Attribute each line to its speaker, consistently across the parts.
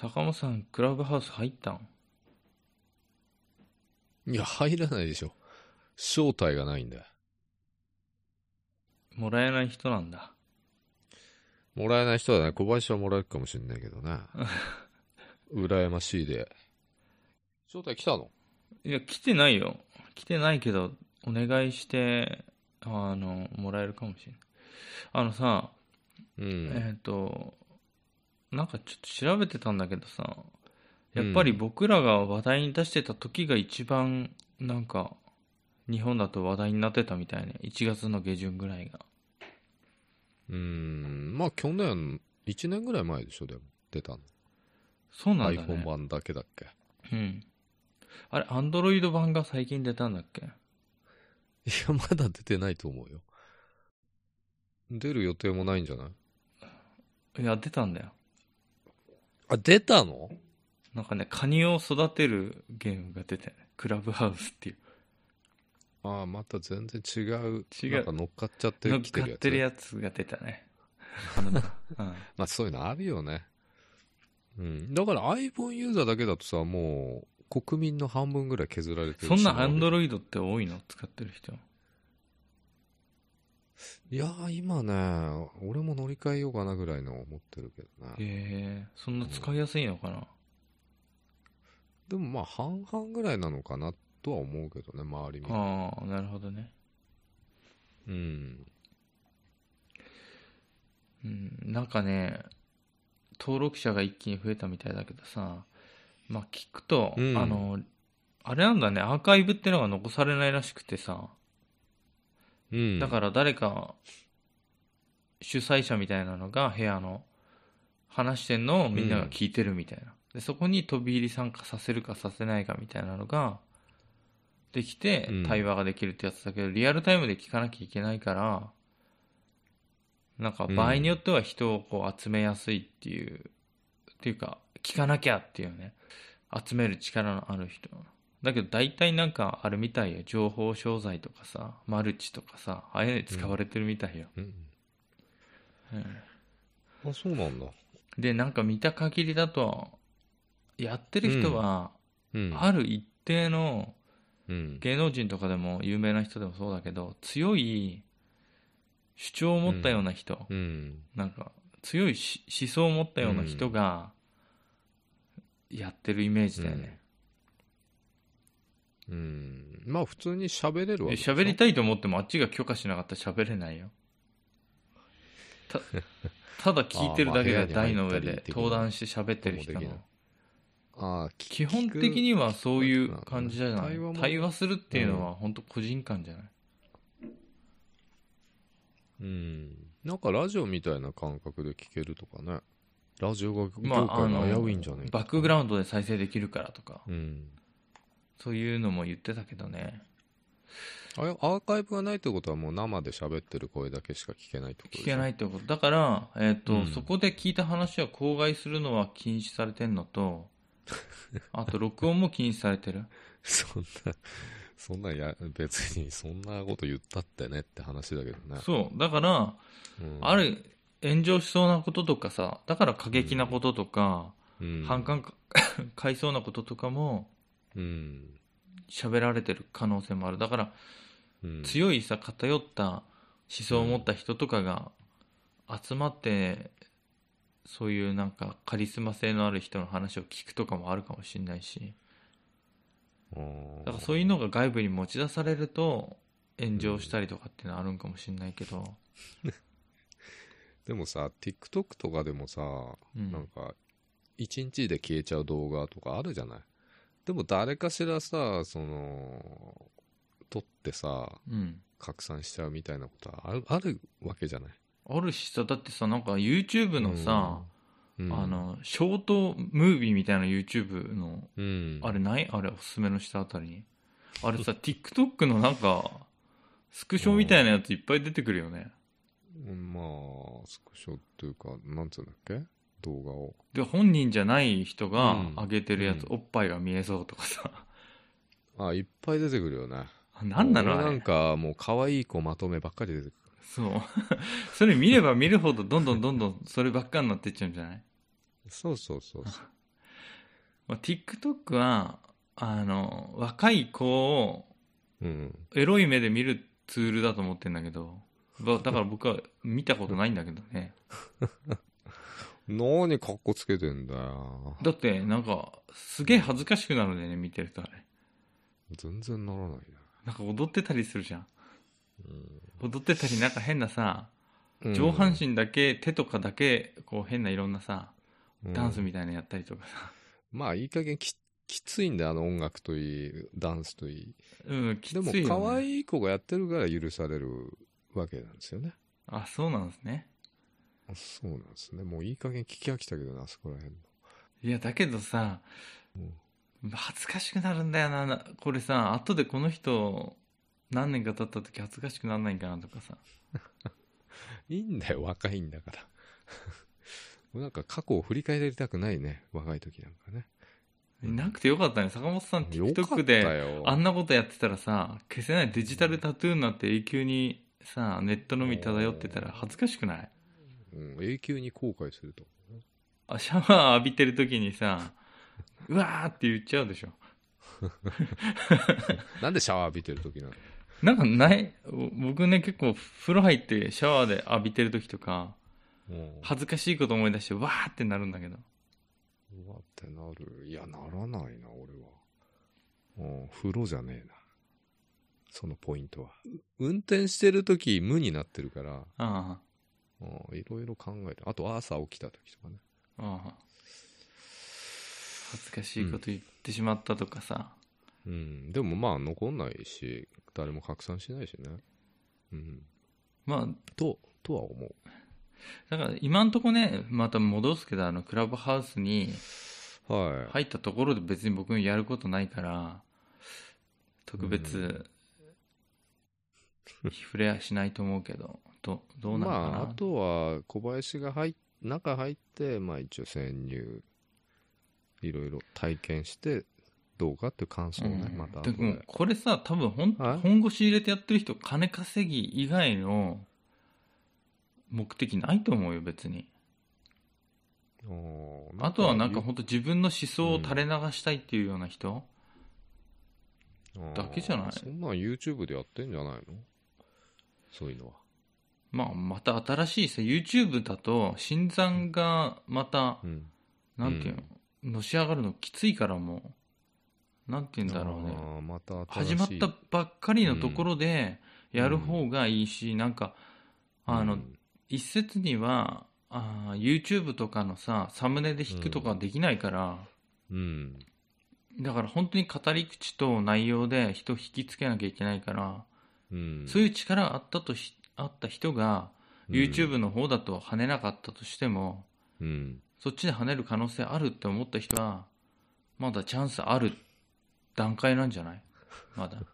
Speaker 1: 坂本さん、クラブハウス入ったん
Speaker 2: いや、入らないでしょ。正体がないんだよ。
Speaker 1: もらえない人なんだ。
Speaker 2: もらえない人はね、小林はもらえるかもしれないけど な。羨ましいで。正体来たの
Speaker 1: いや、来てないよ。来てないけど、お願いして、あの、もらえるかもしれない。あのさ、
Speaker 2: うん。
Speaker 1: えっ、と、なんかちょっと調べてたんだけどさ、やっぱり僕らが話題に出してた時が一番、なんか、日本だと話題になってたみたいね。1月の下旬ぐらいが。
Speaker 2: うん。まあ、去年、1年ぐらい前でしょ、でも。出たの。
Speaker 1: そうなんだね。
Speaker 2: iPhone 版だけだっけ。
Speaker 1: うん。あれ、アンドロイド版が最近出たんだっけ
Speaker 2: いや、まだ出てないと思うよ。出る予定もないんじゃない
Speaker 1: いや、出たんだよ。
Speaker 2: あ、出たの
Speaker 1: なんかね、カニを育てるゲームが出て、ね、クラブハウスっていう。
Speaker 2: ああ、また全然違う。
Speaker 1: 違う
Speaker 2: なんか乗っかっちゃって
Speaker 1: 乗っ
Speaker 2: きて
Speaker 1: かっ
Speaker 2: るやつ。
Speaker 1: てるやつが出た ね。あのうん、
Speaker 2: まあそういうのあるよね。うん。だから iPhone ユーザーだけだとさ、もう国民の半分ぐらい削られてる
Speaker 1: そんなア
Speaker 2: ア
Speaker 1: ン
Speaker 2: ン
Speaker 1: ド
Speaker 2: ドロイ
Speaker 1: ロイドって多いの使ってる人。
Speaker 2: ドいやー、今ね、俺も乗り換えようかなぐらいの思ってるけどね。
Speaker 1: へえ、そんな使いやすいのかな。
Speaker 2: でもまあ半々ぐらいなのかなとは思うけどね、周り見て
Speaker 1: ああ、なるほどね。
Speaker 2: うん。
Speaker 1: うん、なんかね、登録者が一気に増えたみたいだけどさ、まあ聞くと、
Speaker 2: うん
Speaker 1: あの、あれなんだね、アーカイブってのが残されないらしくてさ、
Speaker 2: うん。
Speaker 1: だから誰か主催者みたいなのが部屋の話してんのをみんなが聞いてるみたいな、でそこに飛び入り参加させるかさせないかみたいなのができて
Speaker 2: うん
Speaker 1: 対話ができるってやつだけど、リアルタイムで聞かなきゃいけないからなんか場合によっては人をこう集めやすいっていう、っていうか聞かなきゃっていうね集める力のある人だけど大体なんかあれみたいよ情報商材とかさマルチとかさああいうのに使われてるみたいよ、
Speaker 2: うん。
Speaker 1: うん
Speaker 2: あ、そうなんだ。
Speaker 1: でなんか見た限りだとやってる人は
Speaker 2: うん。
Speaker 1: ある一定の
Speaker 2: うん。
Speaker 1: 芸能人とかでも有名な人でもそうだけど強い主張を持ったような人、
Speaker 2: うん。
Speaker 1: なんか強いし思想を持ったような人がやってるイメージだよね
Speaker 2: うん。まあ普通に喋れるわけでしょ
Speaker 1: 喋りたいと思ってもあっちが許可しなかったら喋れないよ たただ聞いてるだけで
Speaker 2: あーまあ部屋
Speaker 1: 台
Speaker 2: に入
Speaker 1: の
Speaker 2: ったり
Speaker 1: 上で
Speaker 2: 的な
Speaker 1: 登壇して喋ってる人
Speaker 2: こともでき
Speaker 1: の
Speaker 2: ないああ、聞
Speaker 1: 基本的にはそういう感じじゃない
Speaker 2: 対
Speaker 1: 対
Speaker 2: 話も
Speaker 1: 話するっていうのは本当個人間じゃない、
Speaker 2: うん、なんかラジオみたいな感覚で聞けるとかね。ラジオが
Speaker 1: ま
Speaker 2: 業
Speaker 1: ああ
Speaker 2: 界
Speaker 1: の
Speaker 2: が危ういんじゃない
Speaker 1: バックグラウンドで再生できるからとか
Speaker 2: うん。
Speaker 1: そういうのも言ってたけどね
Speaker 2: あれアーカイブがないってことはもう生で喋ってる声だけしか聞けないってこと。
Speaker 1: 聞けないいってことだから、えっと
Speaker 2: うん
Speaker 1: そこで聞いた話は口外するのは禁止されてんの とあと録音も禁止されてる
Speaker 2: そんな、そんなや、別にそんなこと言ったってねって話だけどね。
Speaker 1: そうだから、
Speaker 2: うん
Speaker 1: あ、る炎上しそうなこととかさだから過激なこととか、
Speaker 2: うん、
Speaker 1: 反感か 買いそうなこととかも
Speaker 2: うん。
Speaker 1: 喋られてる可能性もあるだから
Speaker 2: うん。
Speaker 1: 強いさ偏った思想を持った人とかが集まってそういうなんかカリスマ性のある人の話を聞くとかもあるかもしれないし
Speaker 2: あー
Speaker 1: だからそういうのが外部に持ち出されると炎上したりとかっていうのはあるんかもしれないけど、
Speaker 2: でもさ、TikTok とかでもさ、
Speaker 1: うん
Speaker 2: なんか、一日で消えちゃう動画とかあるじゃない。でも誰かしらさ、その、撮ってさ、
Speaker 1: うん、
Speaker 2: 拡散しちゃうみたいなことはあるあるわけじゃない。
Speaker 1: あるしさだってさなんか YouTube のさ、
Speaker 2: うん、
Speaker 1: あのショートムービーみたいな YouTube の
Speaker 2: うん、
Speaker 1: あれないあれおすすめの下あたりにあれさ TikTok のなんかスクショみたいなやついっぱい出てくるよね
Speaker 2: うんまあ、スクショというか、なんつうんだっけ動画を。
Speaker 1: で本人じゃない人が
Speaker 2: うん
Speaker 1: 上げてるやつ、
Speaker 2: うん
Speaker 1: おっぱいが見えそうとかさ
Speaker 2: あ、いっぱい出てくるよね。
Speaker 1: 何なの
Speaker 2: 俺
Speaker 1: あ
Speaker 2: な
Speaker 1: れ
Speaker 2: んか、もう可愛い子まとめばっかり出てくる。
Speaker 1: そう それ見れば見るほどどんどんどんどんそればっかになってっちゃうんじゃない
Speaker 2: そうそうそうそう。
Speaker 1: まあ TikTok はあの若い子を
Speaker 2: うん。
Speaker 1: エロい目で見るツールだと思ってんだけどばだから僕は見たことないんだけどね
Speaker 2: 何かっこつけてんだよ。
Speaker 1: だってなんかすげえ恥ずかしくなるんだよね見てるとあれ
Speaker 2: 全然ならないね。
Speaker 1: なんか踊ってたりするじゃん
Speaker 2: うん
Speaker 1: 踊ってたりなんか変なさ
Speaker 2: うん
Speaker 1: 上半身だけ、手とかだけこう変ないろんなさ
Speaker 2: うん
Speaker 1: ダンスみたいなのやったりとかさ、
Speaker 2: まあ、いい加減ききついんだよ、あの音楽といい、ダンスといい。
Speaker 1: うん、きつい
Speaker 2: で
Speaker 1: よ、
Speaker 2: も
Speaker 1: ね、、
Speaker 2: 可愛い子がやってるから許されるわけなんですよね。
Speaker 1: あそうなんですね
Speaker 2: あそうなんですね。もういい加減聞き飽きたけどな、あそこら辺の。
Speaker 1: いやだけどさ恥ずかしくなるんだよななこれさ後でこの人何年か経った時恥ずかしくならないかなとかさ
Speaker 2: いいんだよ、若いんだから。もう なんか過去を振り返りたくないね、若い時なんかね。
Speaker 1: いなくてよかったね坂本さん
Speaker 2: よかった
Speaker 1: TikTok で
Speaker 2: よ。
Speaker 1: あんなことやってたらさ消せないデジタルタトゥーになって永久にさネットのみ漂ってたら恥ずかしくない
Speaker 2: うん、永久に後悔すると。
Speaker 1: あシャワー浴びてる時にさうわーって言っちゃうでしょ
Speaker 2: なんでシャワー浴びてる時なの
Speaker 1: なんかない僕ね結構風呂入ってシャワーで浴びてる時とか
Speaker 2: うん
Speaker 1: 恥ずかしいこと思い出してわーってなるんだけど
Speaker 2: うわってなる。いや、ならないな、俺は。うん、風呂じゃねえな。そのポイントは。う運転してるとき無になってるから、
Speaker 1: あ
Speaker 2: うんいろいろ考えて。あと朝起きたときとかね。
Speaker 1: あああ恥ずかしいこと言ってしまったとかさ、
Speaker 2: うん、でもまあ残んないし、誰も拡散しないしね。うん。
Speaker 1: まあ
Speaker 2: と、とは思う。
Speaker 1: だから今んとこねまた戻すけどあのクラブハウスに
Speaker 2: はい。
Speaker 1: 入ったところで別に僕にやることないから特別触れはしないと思うけどどどうなるかな、
Speaker 2: まあ、あとは小林が入っ中入って、まあ一応潜入、いろいろ体験して、どうかっていう感想をね、
Speaker 1: うん
Speaker 2: また後
Speaker 1: で
Speaker 2: で。
Speaker 1: もこれさ多分ほん
Speaker 2: はい
Speaker 1: 本腰入れてやってる人金稼ぎ以外の目的ないと思うよ別に
Speaker 2: おー
Speaker 1: あとはなんか
Speaker 2: ゆ
Speaker 1: 本当自分の思想を垂れ流したいっていうような人、だけじゃない
Speaker 2: あーそんなん YouTube でやってんじゃないのそういうのは。
Speaker 1: まあ、また新しいさ YouTube だと新参がまた、
Speaker 2: うん。
Speaker 1: なんていうの、のし上がるのきついからもうなんていうんだろうね
Speaker 2: あーまた新し
Speaker 1: 始
Speaker 2: い
Speaker 1: まったばっかりのところでやる方がいいし、なんかあの、
Speaker 2: うん
Speaker 1: 一説にはあー YouTube とかのさサムネで弾くとかはできないから、
Speaker 2: うん。
Speaker 1: だから本当に語り口と内容で人を引きつけなきゃいけないから、
Speaker 2: うん。
Speaker 1: そういう力があったとしあった人が
Speaker 2: うん
Speaker 1: YouTube の方だと跳ねなかったとしても、
Speaker 2: うん。
Speaker 1: そっちで跳ねる可能性あるって思った人はまだチャンスある段階なんじゃない まだだ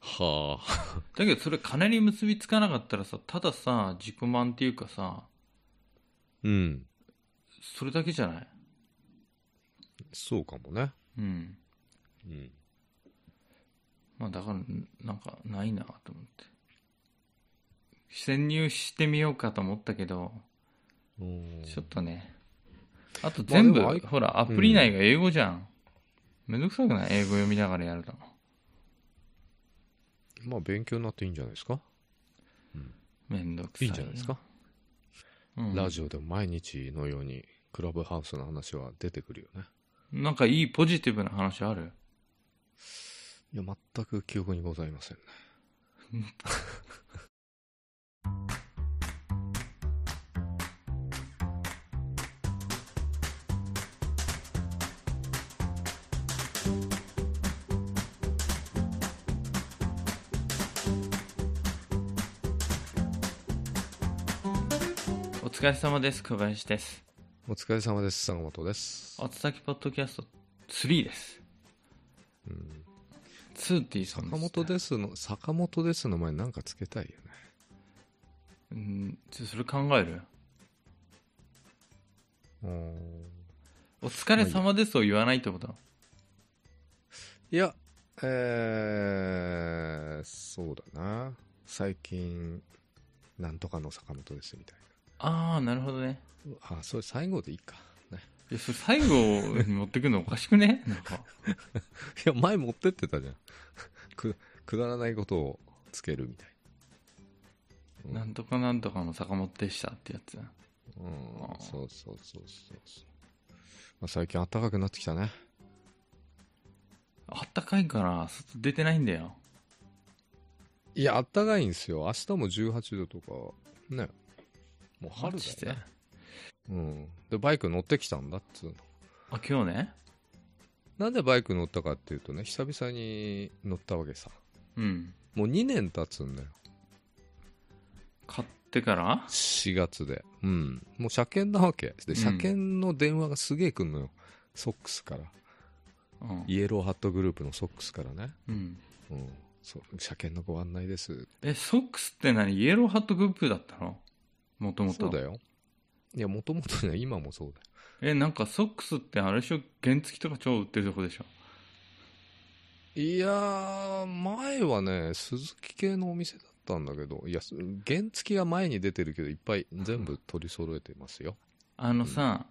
Speaker 2: はあ。
Speaker 1: けどそれ金に結びつかなかったらさたださ自己満っていうかさ
Speaker 2: うん。
Speaker 1: それだけじゃない
Speaker 2: そうかもね。
Speaker 1: うん
Speaker 2: うん。
Speaker 1: まあだからなんかないなと思って潜入してみようかと思ったけど
Speaker 2: うん
Speaker 1: ちょっとねあと
Speaker 2: まあで
Speaker 1: 全
Speaker 2: も
Speaker 1: 部、
Speaker 2: あい
Speaker 1: ほらアプリ内が英語じゃん、めんどくさくない英語読みながらやるの
Speaker 2: まあ勉強になっていいんじゃないですか。
Speaker 1: めんどくさい
Speaker 2: いいんじゃないですか。
Speaker 1: うん
Speaker 2: ラジオでも毎日のようにクラブハウスの話は出てくるよね。
Speaker 1: なんかいいポジティブな話ある
Speaker 2: いや、全く記憶にございませんね。
Speaker 1: お疲れ様です小林です
Speaker 2: お疲れ様です。坂本です。
Speaker 1: あつさきポッドキャスト3です
Speaker 2: うん、
Speaker 1: 2って言いそう、
Speaker 2: 坂本ですすの、坂本ですの前になんかつけたいよね。
Speaker 1: うん、ちょそれ考えるお疲れ様ですを言わないってこと
Speaker 2: いや、えー、そうだな。最近、なんとかの坂本ですみたい
Speaker 1: ああなるほどね
Speaker 2: な。あ、それ最後でいいか。ね。
Speaker 1: いや、それ最後に持ってくのおかしくねなんか。
Speaker 2: いや、前持ってってたじゃん。 く、くだらないことをつけるみたいな。
Speaker 1: な
Speaker 2: うんん
Speaker 1: とかなんとかの坂本でしたってやつ。
Speaker 2: うん
Speaker 1: あ、ー
Speaker 2: そうそうそうそうそう。まあ、最近暖かくなってきたね。
Speaker 1: あったかいから、外出てないんだよ。
Speaker 2: いや、暖かいんですよ。明日も18度とか、ね。もう春
Speaker 1: マジ
Speaker 2: だ
Speaker 1: で
Speaker 2: よ、ね。うん。で、バイク乗ってきたんだっつうの。
Speaker 1: あ、今日ね。
Speaker 2: なんでバイク乗ったかっていうとね、久々に乗ったわけさ。
Speaker 1: うん。
Speaker 2: もう2年経つんだよ。
Speaker 1: 買ってから
Speaker 2: 4月で。うん。もう車検なわけ。で、車検の電話がすげえ来んのよ。ソックスから。
Speaker 1: うん。
Speaker 2: イエローハットグループのソックスからね。
Speaker 1: うん。
Speaker 2: うん。そう車検のご案内です。
Speaker 1: え、ソックスって何イエローハットグループだったのもともと。
Speaker 2: そうだよ。いや、もともとね、今もそうだ
Speaker 1: え、
Speaker 2: よ。
Speaker 1: なんかソックスってあれでしょ原付きとか超売ってるとこでしょ
Speaker 2: いやー、前はね、鈴木系のお店だったんだけど、いや、す原付が前に出てるけど、いっぱい全部取り揃えてますよ。
Speaker 1: あのさ、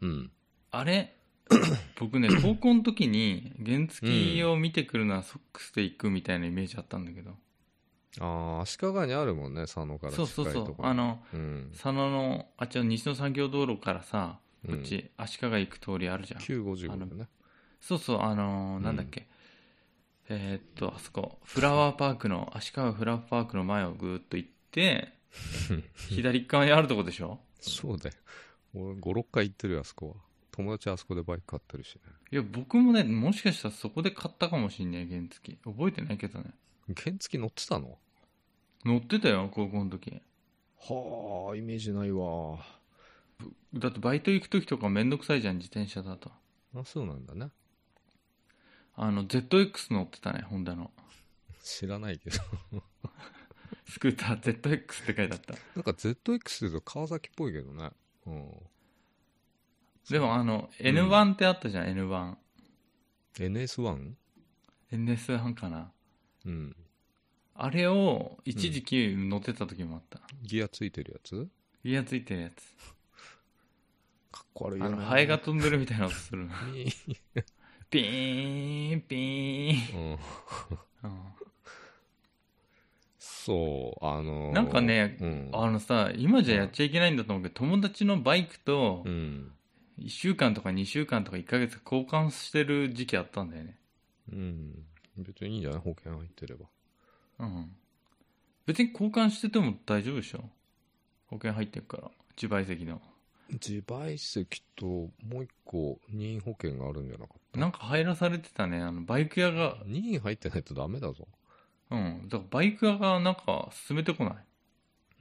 Speaker 2: うん。
Speaker 1: あれ 僕 ね、高校の時に原付きを見てくるのはソックスで行くみたいなイメージあったんだけど。
Speaker 2: あー、足利にあるもんね、佐野から
Speaker 1: そ
Speaker 2: 近
Speaker 1: う
Speaker 2: いとこ
Speaker 1: そうそ
Speaker 2: ろ。
Speaker 1: う。あの、
Speaker 2: うん。
Speaker 1: 佐野の、あ、違う、西の産業道路からさ、
Speaker 2: う
Speaker 1: こ
Speaker 2: ん
Speaker 1: っち、足利行く通りあるじゃん。
Speaker 2: 955だよね。
Speaker 1: そうそう、あのー
Speaker 2: ん
Speaker 1: なんだっけ。えーっと、あそこ、フラワーパークの、足利フラワーパークの前をぐーっと行 って、左側にあるとこでしょ
Speaker 2: そうだよ。俺、5、6回行ってるよ、あそこは。友達あそこでバイク買ってるしね。
Speaker 1: いや、僕もね、もしかしたらそこで買ったかもしんない、原付。覚えてないけどね。
Speaker 2: 原付乗ってたの
Speaker 1: 乗ってたよ、高校の時。
Speaker 2: はあ、イメージないわ。
Speaker 1: だってバイト行く時とかめんどくさいじゃん、自転車だと。
Speaker 2: あ、そうなんだね。
Speaker 1: あの、ZX 乗ってたね、ホンダの。
Speaker 2: 知らないけど。
Speaker 1: スクーター ZX って書いてあった。
Speaker 2: なんか ZX で川崎っぽいけどね。うん。
Speaker 1: でもあの、N1 ってあったじゃん、N1。
Speaker 2: NS1?
Speaker 1: NS1 かな。
Speaker 2: うん。
Speaker 1: あれを一時期乗ってた時もあった。
Speaker 2: ギアついてるやつ
Speaker 1: ギアついてるやつ。
Speaker 2: かっこ悪い
Speaker 1: あ
Speaker 2: よ
Speaker 1: の、
Speaker 2: ね。
Speaker 1: ハエが飛んでるみたいな音する の。
Speaker 2: いい
Speaker 1: ピーン、ピーン。
Speaker 2: うん。
Speaker 1: うん
Speaker 2: そう、あのー
Speaker 1: なんかね
Speaker 2: うん。
Speaker 1: あのさ、今じゃやっちゃいけないんだと思うけど、友達のバイクと
Speaker 2: う、ん。
Speaker 1: 1週間とか2週間とか1ヶ月交換してる時期あったんだよね。
Speaker 2: うん。別にいいんじゃない保険入ってれば。
Speaker 1: うん。別に交換してても大丈夫でしょ保険入ってるから。自賠責の。
Speaker 2: 自賠責と、もう一個、任意保険があるんじゃなかった
Speaker 1: なんか入らされてたね。あの、バイク屋が、
Speaker 2: 任意入ってないとダメだぞ。
Speaker 1: うん。だからバイク屋がなんか進めてこない。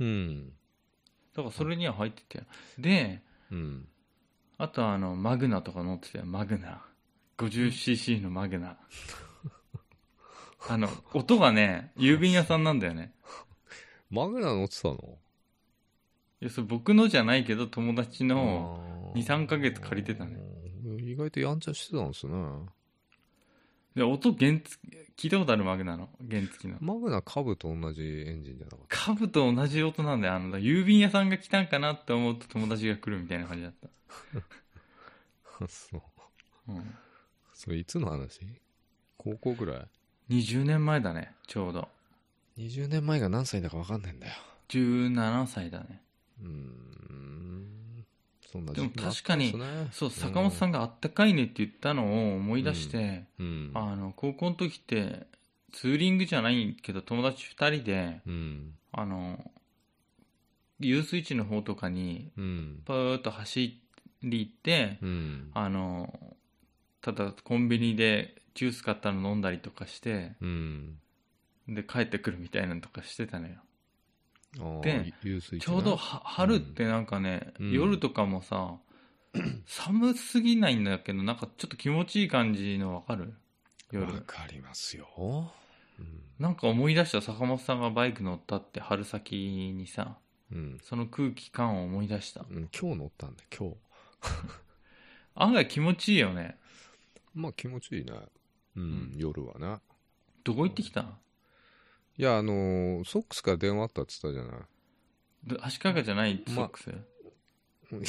Speaker 2: うん。
Speaker 1: だからそれには入ってたよ。で、
Speaker 2: うん。
Speaker 1: あとはあの、マグナとか乗ってたよ、マグナ。50cc のマグナ。あの、音がね、郵便屋さんなんだよね。
Speaker 2: マグナ乗ってたの
Speaker 1: いや、それ僕のじゃないけど、友達の、
Speaker 2: あー
Speaker 1: 2 3ヶ月借りてたね。
Speaker 2: うん意外とやんちゃしてたんですね。
Speaker 1: で音原付、聞いたことあるマグナの、原付の。
Speaker 2: マグナ株と同じエンジンじゃなかった。
Speaker 1: 株と同じ音なんだよ。あの、郵便屋さんが来たんかなって思うと友達が来るみたいな感じだった。
Speaker 2: そう。
Speaker 1: うん。
Speaker 2: それいつの話高校ぐら
Speaker 1: 20年前だね、ちょうど。
Speaker 2: い ?20 年前が何歳だか分かんないんだよ。
Speaker 1: 17歳だね。
Speaker 2: うーん。そんな
Speaker 1: でも
Speaker 2: 時期あった
Speaker 1: 確かに
Speaker 2: んですね
Speaker 1: そう、坂本さんがあったかいねって言ったのを思い出して、
Speaker 2: うん。
Speaker 1: あの高校の時ってツーリングじゃないけど友達2人で
Speaker 2: うん。
Speaker 1: あの遊水地の方とかに
Speaker 2: うん。
Speaker 1: パーッと走り行って、
Speaker 2: うん。
Speaker 1: あのただコンビニでジュース買ったの飲んだりとかして
Speaker 2: うん。
Speaker 1: で帰ってくるみたいなのとかしてたのよ
Speaker 2: あー
Speaker 1: で、
Speaker 2: 遊水地
Speaker 1: ちょうど
Speaker 2: な
Speaker 1: は春ってなんかね、
Speaker 2: うん
Speaker 1: 夜とかも さ寒すぎないんだけどなんかちょっと気持ちいい感じのわかる夜
Speaker 2: わかりますよ。うん
Speaker 1: なんか思い出した坂本さんがバイク乗ったって春先にさ
Speaker 2: うん。
Speaker 1: その空気感を思い出した
Speaker 2: うん今日乗ったんだ今日
Speaker 1: 案外気持ちいいよね
Speaker 2: まあ気持ちいいねうん、
Speaker 1: うん
Speaker 2: 夜はね
Speaker 1: どこ行ってきた
Speaker 2: いやあのーソックスから電話あったって言ったじゃない
Speaker 1: ど足利じゃないソックス、
Speaker 2: うん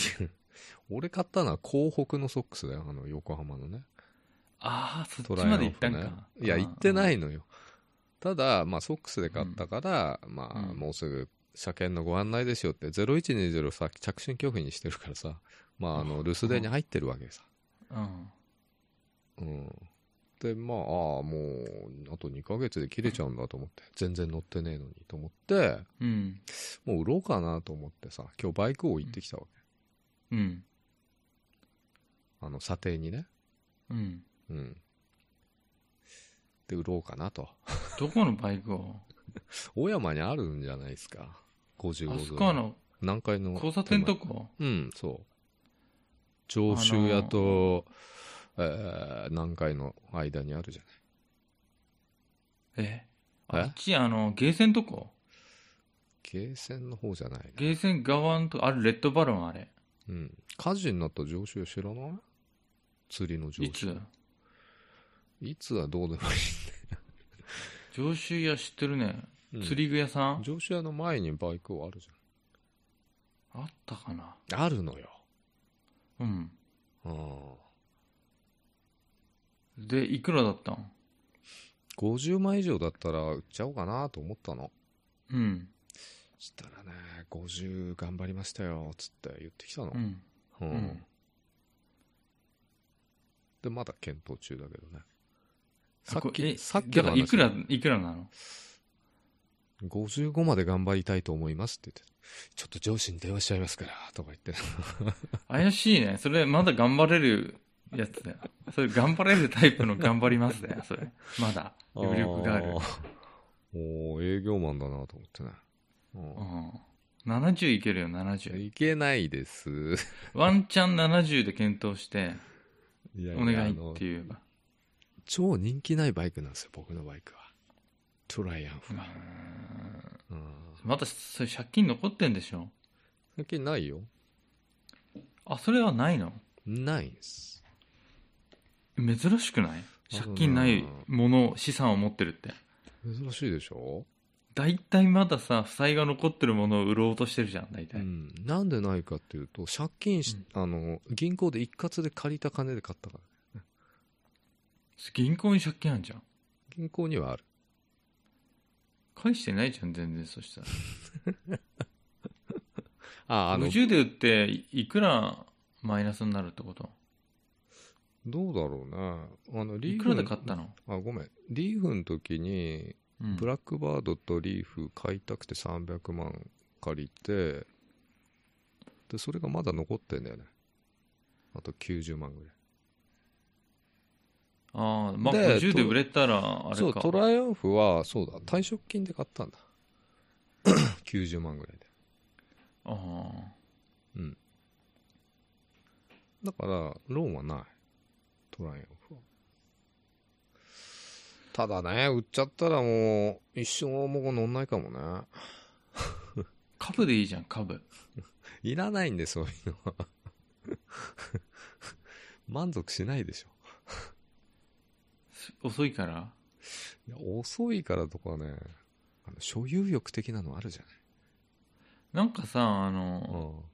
Speaker 2: 俺買ったのは港北のソックスだよ。あの、横浜のね。
Speaker 1: ああ、そ
Speaker 2: ト
Speaker 1: っ
Speaker 2: ラ
Speaker 1: ち
Speaker 2: イア
Speaker 1: ま
Speaker 2: ンフ
Speaker 1: で
Speaker 2: ね
Speaker 1: 行ったんか。。
Speaker 2: いや、行ってないいのよ。ただ、まあ、ソックスで買ったから、まあ、
Speaker 1: うん
Speaker 2: もうすぐ車検のご案内ですよって、0120をさ、着信拒否にしてるからさ、まあ、あの、留守電に入ってるわけさ。
Speaker 1: うん。
Speaker 2: うん。で、まあ、ああ、もう、あと2ヶ月で切れちゃうんだと思って、全然乗ってねえのにと思って、
Speaker 1: うん。
Speaker 2: もう売ろうかなと思ってさ、今日バイクを置いてきたわけ。
Speaker 1: うん。
Speaker 2: あの、査定にね。
Speaker 1: うん。
Speaker 2: うん。で、売ろうかなと。
Speaker 1: どこのバイクを
Speaker 2: 大山にあるんじゃないですか。55
Speaker 1: あ
Speaker 2: 度
Speaker 1: そこの
Speaker 2: 何階の
Speaker 1: 交差点とこ
Speaker 2: うん、そう。上州屋と、えー、南海の間にあるじゃ
Speaker 1: え
Speaker 2: ない。
Speaker 1: あ
Speaker 2: え
Speaker 1: っち、あの、ゲーセンとこ
Speaker 2: ゲーセンの方じゃないな。
Speaker 1: ゲーセン側のとこあれ、レッドバロンあれ。
Speaker 2: うん。火事になった上州屋知らない釣りの上
Speaker 1: い
Speaker 2: 州
Speaker 1: つ
Speaker 2: いつはどうでもい
Speaker 1: 上州屋知ってるね。
Speaker 2: い、うん
Speaker 1: 釣り具屋さん
Speaker 2: 上州屋の前にバイクはあるじ
Speaker 1: あったかな
Speaker 2: ゃん。あるのよ。
Speaker 1: うん。
Speaker 2: うん。
Speaker 1: で、いくらだったん
Speaker 2: 50万以上だったら売っちゃおうかなと思ったの。
Speaker 1: うん。
Speaker 2: そしたらね、50頑張りましたよ、つって言ってきたの
Speaker 1: う。ん。
Speaker 2: うん
Speaker 1: うん
Speaker 2: で、まだ検討中だけどね。
Speaker 1: あ
Speaker 2: さっ
Speaker 1: これ
Speaker 2: き、
Speaker 1: え
Speaker 2: さっき
Speaker 1: だか
Speaker 2: の
Speaker 1: ら、
Speaker 2: 話
Speaker 1: いくら、いくらなの
Speaker 2: ?55 まで頑張りたいと思いますって言って、ちょっと上司に電話しちゃいますから、とか言って、
Speaker 1: 怪しいね。それ、まだ頑張れるやつだよ。それ、頑張れるタイプの頑張りますだよ、それ。まだ、 余力がある。
Speaker 2: ー。もう営業マンだなと思ってね。うん
Speaker 1: うん。70いけるよ、70。
Speaker 2: いけないです。
Speaker 1: ワンチャン70で検討して、
Speaker 2: いや
Speaker 1: お願い
Speaker 2: あの
Speaker 1: って言えば。
Speaker 2: 超人気ないバイクなんですよ、僕のバイクは。トライアンフ
Speaker 1: う
Speaker 2: が。
Speaker 1: ん
Speaker 2: うん
Speaker 1: また、それ借金残ってんでしょ
Speaker 2: 最近ないよ。
Speaker 1: あ、それはないの
Speaker 2: ないんです。
Speaker 1: 珍しくない借金ないもの、資産を持ってるって。
Speaker 2: 珍しいでしょ、
Speaker 1: 大体まださ、負債が残ってるものを売ろうとしてるじゃん、大体。
Speaker 2: うん、なんでないかっていうと、借金し、あの、銀行で一括で借りた金で買ったから。
Speaker 1: 銀行に借金あんじゃん。
Speaker 2: 銀行にはある。
Speaker 1: 返してないじゃん、全然、そしたら。
Speaker 2: あ、あの、
Speaker 1: 50で売って、いいくらマイナスになるってこと
Speaker 2: どうだろうな。あの、リ
Speaker 1: い
Speaker 2: ー
Speaker 1: く
Speaker 2: フ
Speaker 1: ら
Speaker 2: ン。
Speaker 1: で買ったの
Speaker 2: あ、ごめん。リーフの時に、
Speaker 1: うん
Speaker 2: ブラックバードとリーフ買いたくて300万借りて、で、それがまだ残ってんだよね。あと90万ぐらい。
Speaker 1: ああ、まあ
Speaker 2: で
Speaker 1: 50で
Speaker 2: と
Speaker 1: 売れたら、あ
Speaker 2: そ
Speaker 1: れ
Speaker 2: う、
Speaker 1: か。
Speaker 2: トライアンフは、そうだ、退職金で買っ たんだ。90万ぐらいで。
Speaker 1: ああ
Speaker 2: だから、ローンはない。トライアンフは。ただね、売っちゃったらもう、一生もう乗んないかもね。
Speaker 1: 株でいいじゃん、株。
Speaker 2: いらないんで、そういうのは。満足しないでしょ。
Speaker 1: す遅いから。
Speaker 2: いや遅いからとかね、あの所有欲的なのあるじゃ
Speaker 1: なんかさ、あ
Speaker 2: ない。
Speaker 1: の、
Speaker 2: うん。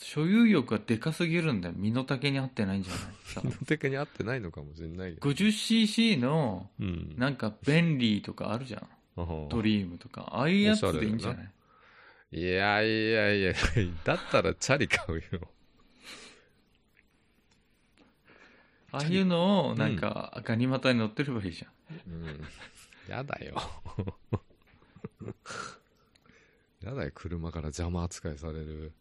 Speaker 1: 所有欲がでかすぎるんだよ。身の丈に合ってないんじゃないさ
Speaker 2: 基本的に合ってないのかもしれないけど。
Speaker 1: 50cc の、
Speaker 2: うん。
Speaker 1: なんか、便利とかあるじゃん。
Speaker 2: うん
Speaker 1: ドリームとか。ああいうやつでいいんじゃ
Speaker 2: おしゃれだ
Speaker 1: ない
Speaker 2: いやいやいや、だったらチャリ買うよ。
Speaker 1: ああいうのを、なんか、ガニ股に乗ってればいいじゃん。
Speaker 2: うん。やだよ。 やだよ、車から邪魔扱いされる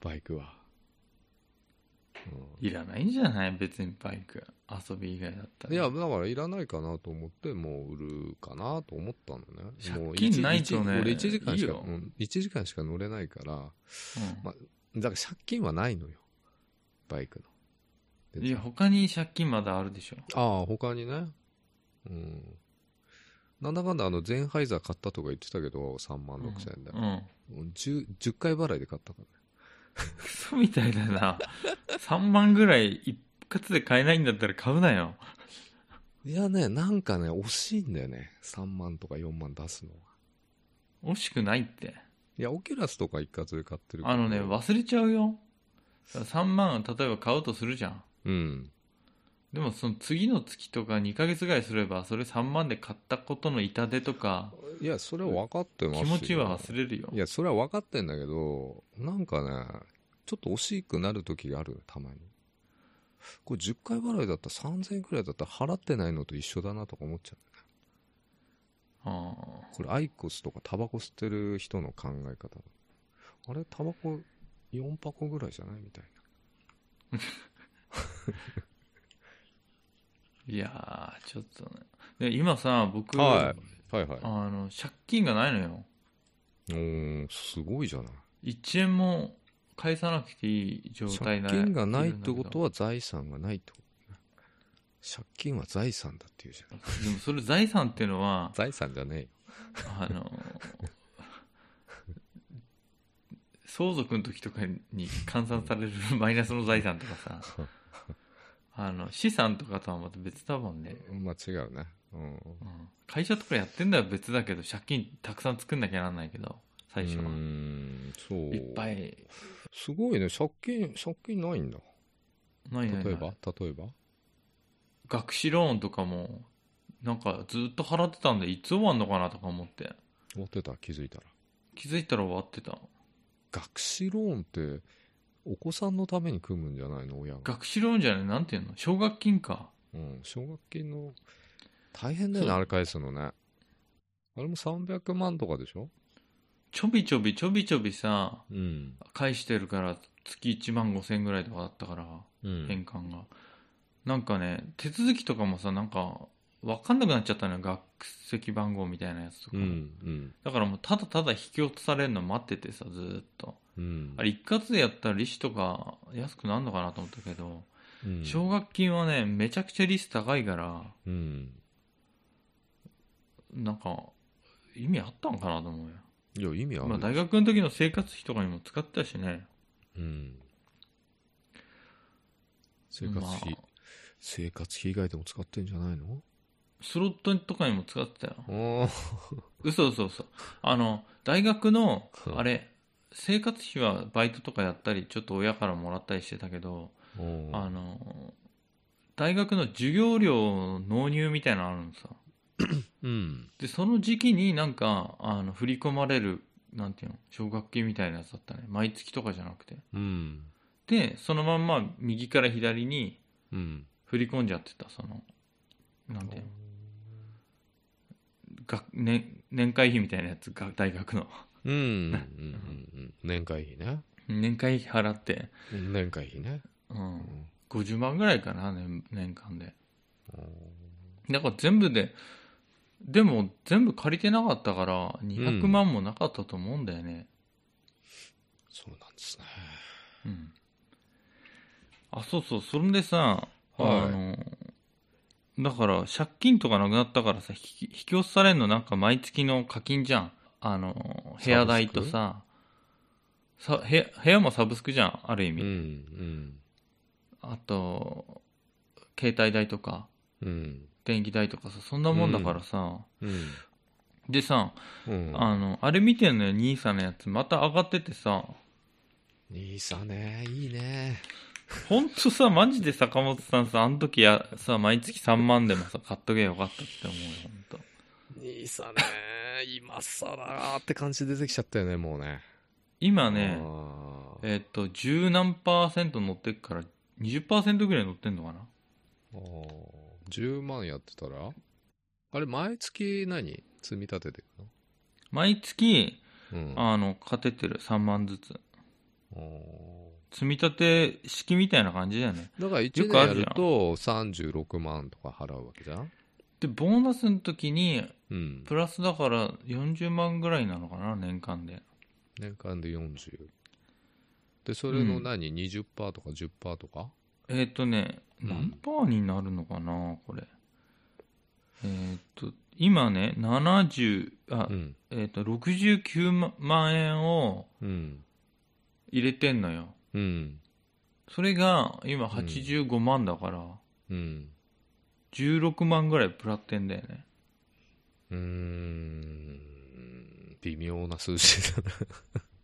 Speaker 2: バイクは。
Speaker 1: いらないんじゃない別にバイク。遊び以外だった
Speaker 2: うん、
Speaker 1: ら。
Speaker 2: いや、だからいらないかなと思って、もう売るかなと思ったのね。もう
Speaker 1: 借金ないとね
Speaker 2: 一俺1時
Speaker 1: い
Speaker 2: 間しか
Speaker 1: いよ
Speaker 2: うん、1時間しか乗れないから、
Speaker 1: うん
Speaker 2: まだから借金はないのよ。バイクの。で
Speaker 1: いや、他に借金まだあるでしょ。
Speaker 2: ああ、他にね。うん。なんだかんだあの、ゼンハイザー買ったとか言ってたけど、3万6千円で
Speaker 1: う。ん。
Speaker 2: もう 10, 10回払いで買ったからね。
Speaker 1: クソみたいだな。3万ぐらい一括で買えないんだったら買うなよ。
Speaker 2: いやね、なんかね、惜しいんだよね。3万とか4万出すのは。
Speaker 1: 惜しくないって。
Speaker 2: いや、オキュラスとか一括で買ってるけど
Speaker 1: あのね、忘れちゃうよ。 3万例えば買うとするじゃん
Speaker 2: うん。
Speaker 1: でもその次の月とか2ヶ月ぐらいすればそれ3万で買ったことの痛手とか
Speaker 2: いや、それは分かってます
Speaker 1: 気
Speaker 2: よ
Speaker 1: 持ちは忘れるよ
Speaker 2: いや、それは分かってんだけど、なんかね、ちょっと惜しくなる時がある、たまに。これ10回払いだったら3000円くらいだったら払ってないのと一緒だなとか思っちゃう。
Speaker 1: あ
Speaker 2: これアイコスとかタバコ吸ってる人の考え方。あれタバコ4箱ぐらいじゃないみたいな。
Speaker 1: ーいやーちょっとねで今さ僕、
Speaker 2: ははいはい。
Speaker 1: あの借金がないのよ
Speaker 2: おー、すごいじゃない。
Speaker 1: 1円も返さなくていい状態
Speaker 2: 借
Speaker 1: な
Speaker 2: 金がないってこと
Speaker 1: は
Speaker 2: は財産がないってことね借金は財産だっていうじゃん。
Speaker 1: でもそれ財産っていうのは
Speaker 2: 財産じゃねえよ。
Speaker 1: あの相続の時とかに換算されるマイナスの財産とかさあの資産とかとはまた別だもんね、
Speaker 2: まあ違うね。うん。
Speaker 1: うん会社とかやってんだは別だけど借金たくさん作んなきゃなんないけど最初は
Speaker 2: うーんそう。
Speaker 1: いっぱ。い
Speaker 2: すごいね。借金、借金ないんだ。
Speaker 1: ないないない
Speaker 2: 例えば例えば
Speaker 1: 学資ローンとかもなんかずっと払ってたんでいつ終わんのかなとか思って
Speaker 2: 持ってた気づいたら。
Speaker 1: 気づいたら終わってた
Speaker 2: 学士ローンって、お子さんのために組むんじゃないの親が。
Speaker 1: 学資ローンじゃないなんていうの奨学金か
Speaker 2: うん。奨学金の、大変だよね、
Speaker 1: そう
Speaker 2: あれ返すのね。あれも300万とかでしょ
Speaker 1: ちょびちょびちょびちょびさ
Speaker 2: うん。
Speaker 1: 返してるから月1万5000円ぐらいとかだったから
Speaker 2: うん。
Speaker 1: 返還が、なんかね手続きとかもさなんか分かんなくなっちゃったのよ学籍番号みたいなやつとか、
Speaker 2: うん。うん。
Speaker 1: だからもうただただ引き落とされるの待っててさずーっと
Speaker 2: うん。
Speaker 1: あれ一括でやったら利子とか安くなるのかなと思ったけど
Speaker 2: うん
Speaker 1: 奨学金はねめちゃくちゃ利子高いから
Speaker 2: うん。
Speaker 1: なんか意味あったんかなと思うよ
Speaker 2: いや、意味ある。
Speaker 1: まあ、大学の時の生活費とかにも使ってたしね
Speaker 2: うん。生活費、
Speaker 1: まあ
Speaker 2: 生活費以外でも使ってんじゃないの
Speaker 1: スロットとかにも使ってたよ
Speaker 2: ああ。
Speaker 1: 嘘嘘嘘あの大学の
Speaker 2: うん
Speaker 1: あれ生活費はバイトとかやったりちょっと親からもらったりしてたけど
Speaker 2: うん
Speaker 1: あの大学の授業料納入みたいなのあるのさ
Speaker 2: うん。
Speaker 1: でその時期になんかあの振り込まれるなんていうの奨学金みたいなやつだったね毎月とかじゃなくて
Speaker 2: うん。
Speaker 1: でそのまんま右から左に
Speaker 2: うん。
Speaker 1: 振り込んじゃってたそのなんていうの学年年会費みたいなやつが大学の
Speaker 2: うん。うん。うん。年会費ね。
Speaker 1: 年会費払って、
Speaker 2: 年会費ね。
Speaker 1: う、
Speaker 2: うんん。
Speaker 1: 50万ぐらいかな年年間で
Speaker 2: あ
Speaker 1: だから全部ででも全部借りてなかったから200万もなかったと思うんだよね、
Speaker 2: そうなんですね。
Speaker 1: うんあそうそうそれでさ、あ
Speaker 2: は
Speaker 1: のだから借金とかなくなったからさ引き引き落とされるのなんか毎月の課金じゃんあの部屋代とささ部屋部屋もサブスクじゃんある意
Speaker 2: い。
Speaker 1: 味、
Speaker 2: うん。
Speaker 1: あと携帯代とか
Speaker 2: うん。うん。
Speaker 1: 電気代とかさそんなもんだからさ、
Speaker 2: うん。
Speaker 1: でさ
Speaker 2: うん。
Speaker 1: あのあれ見てんのよ兄さんのやつまた上がっててさ
Speaker 2: いいさね。いいね。
Speaker 1: ほんとさマジで坂本さんさあの時やさ毎月3万でもさ買っとけばよかったって思うよほんと
Speaker 2: いいさね。今さらって感じ出てきちゃったよね、もうね。
Speaker 1: 今ね
Speaker 2: あー
Speaker 1: えっと十何パーセント乗ってっから20%ぐらい乗ってんのかな
Speaker 2: あー10万やってたらあれ毎月何積み立てていく
Speaker 1: 毎月
Speaker 2: のうん
Speaker 1: あの勝ててる3万ずつ
Speaker 2: あー
Speaker 1: 積み立て式みたいな感じだよね
Speaker 2: だから1
Speaker 1: よくあ
Speaker 2: 年や
Speaker 1: るじゃん
Speaker 2: ると36万とか払うわけじゃん
Speaker 1: でボーナスの時に
Speaker 2: うん
Speaker 1: プラスだから40万ぐらいなのかな年間で
Speaker 2: 年間で40でそれの
Speaker 1: うん
Speaker 2: 何、20%とか10%とか
Speaker 1: えっ、とね
Speaker 2: うん
Speaker 1: 何パーになるのかなこれえっ、と今ね70あ、
Speaker 2: うん
Speaker 1: えっ、と69万円を
Speaker 2: うん
Speaker 1: 入れてんのよ
Speaker 2: うん
Speaker 1: それが今85万だから、
Speaker 2: うん
Speaker 1: 16万ぐらいプラってんだよね
Speaker 2: うーん微妙な数字だ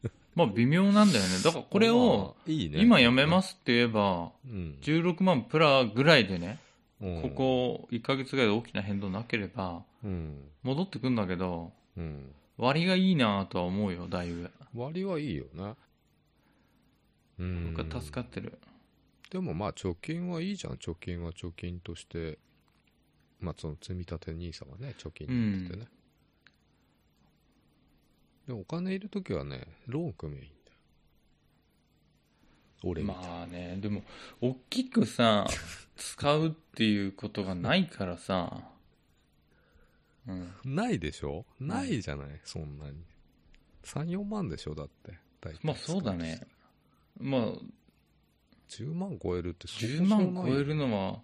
Speaker 2: な
Speaker 1: まあ微妙なんだよねだからこれを、
Speaker 2: まあいいね
Speaker 1: 今やめますって言えば
Speaker 2: うん、
Speaker 1: 16万プラぐらいでね
Speaker 2: うん
Speaker 1: こ、こ1ヶ月ぐらいで大きな変動なければ
Speaker 2: うん
Speaker 1: 戻ってくんだけど
Speaker 2: うん、
Speaker 1: 割がいいなとは思うよだいぶ
Speaker 2: 割はいいよねうん
Speaker 1: 僕は助かってる
Speaker 2: でもまあ貯金はいいじゃん貯金は貯金としてまあその積み立て NISA はね貯金になっててね、でもお金いる時はねローン組めばいいんだよ俺みたいに、
Speaker 1: まあねでも大きく さ使うっていうことがないからさうん
Speaker 2: ないでしょないじゃない、そんなに34万でしょだって大体
Speaker 1: まあそうだねまあ
Speaker 2: 10万超えるってそう
Speaker 1: 10万超えるのは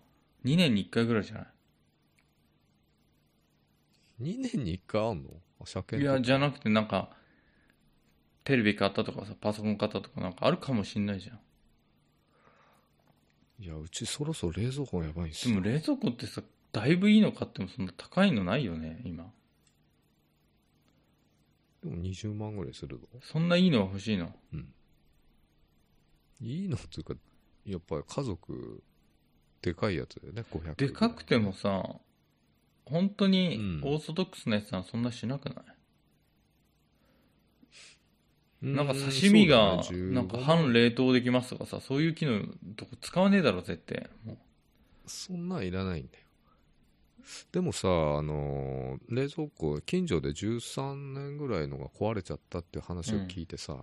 Speaker 1: 2年に1回ぐらいじゃない
Speaker 2: 2年に1回あんのあ車検
Speaker 1: いやじゃ
Speaker 2: な
Speaker 1: なくてなんかテレビ買ったとかさパソコン買ったとかなんかあるかもしんないじゃん
Speaker 2: いやうちそろそろ冷蔵庫やばいんす
Speaker 1: でも
Speaker 2: よ
Speaker 1: 冷蔵庫ってさだいぶいいの買ってもそんな高いのないよね今
Speaker 2: でも20万ぐらいするぞ
Speaker 1: そんないいのは欲しいの
Speaker 2: いいのっていうかやっぱり家族でかいやつだよね500
Speaker 1: でかくてもさ本当に
Speaker 2: うん
Speaker 1: オーソドックスなやつはそんなしなくない、
Speaker 2: う
Speaker 1: なんか刺身が
Speaker 2: そうだね
Speaker 1: なんか
Speaker 2: 15
Speaker 1: 半冷凍できますとかさそういう機能とこ使わねえだろ絶対もう
Speaker 2: そんなんいらないんだよでもさあのー冷蔵庫近所で13年ぐらいのが壊れちゃったっていう話を聞いてさ、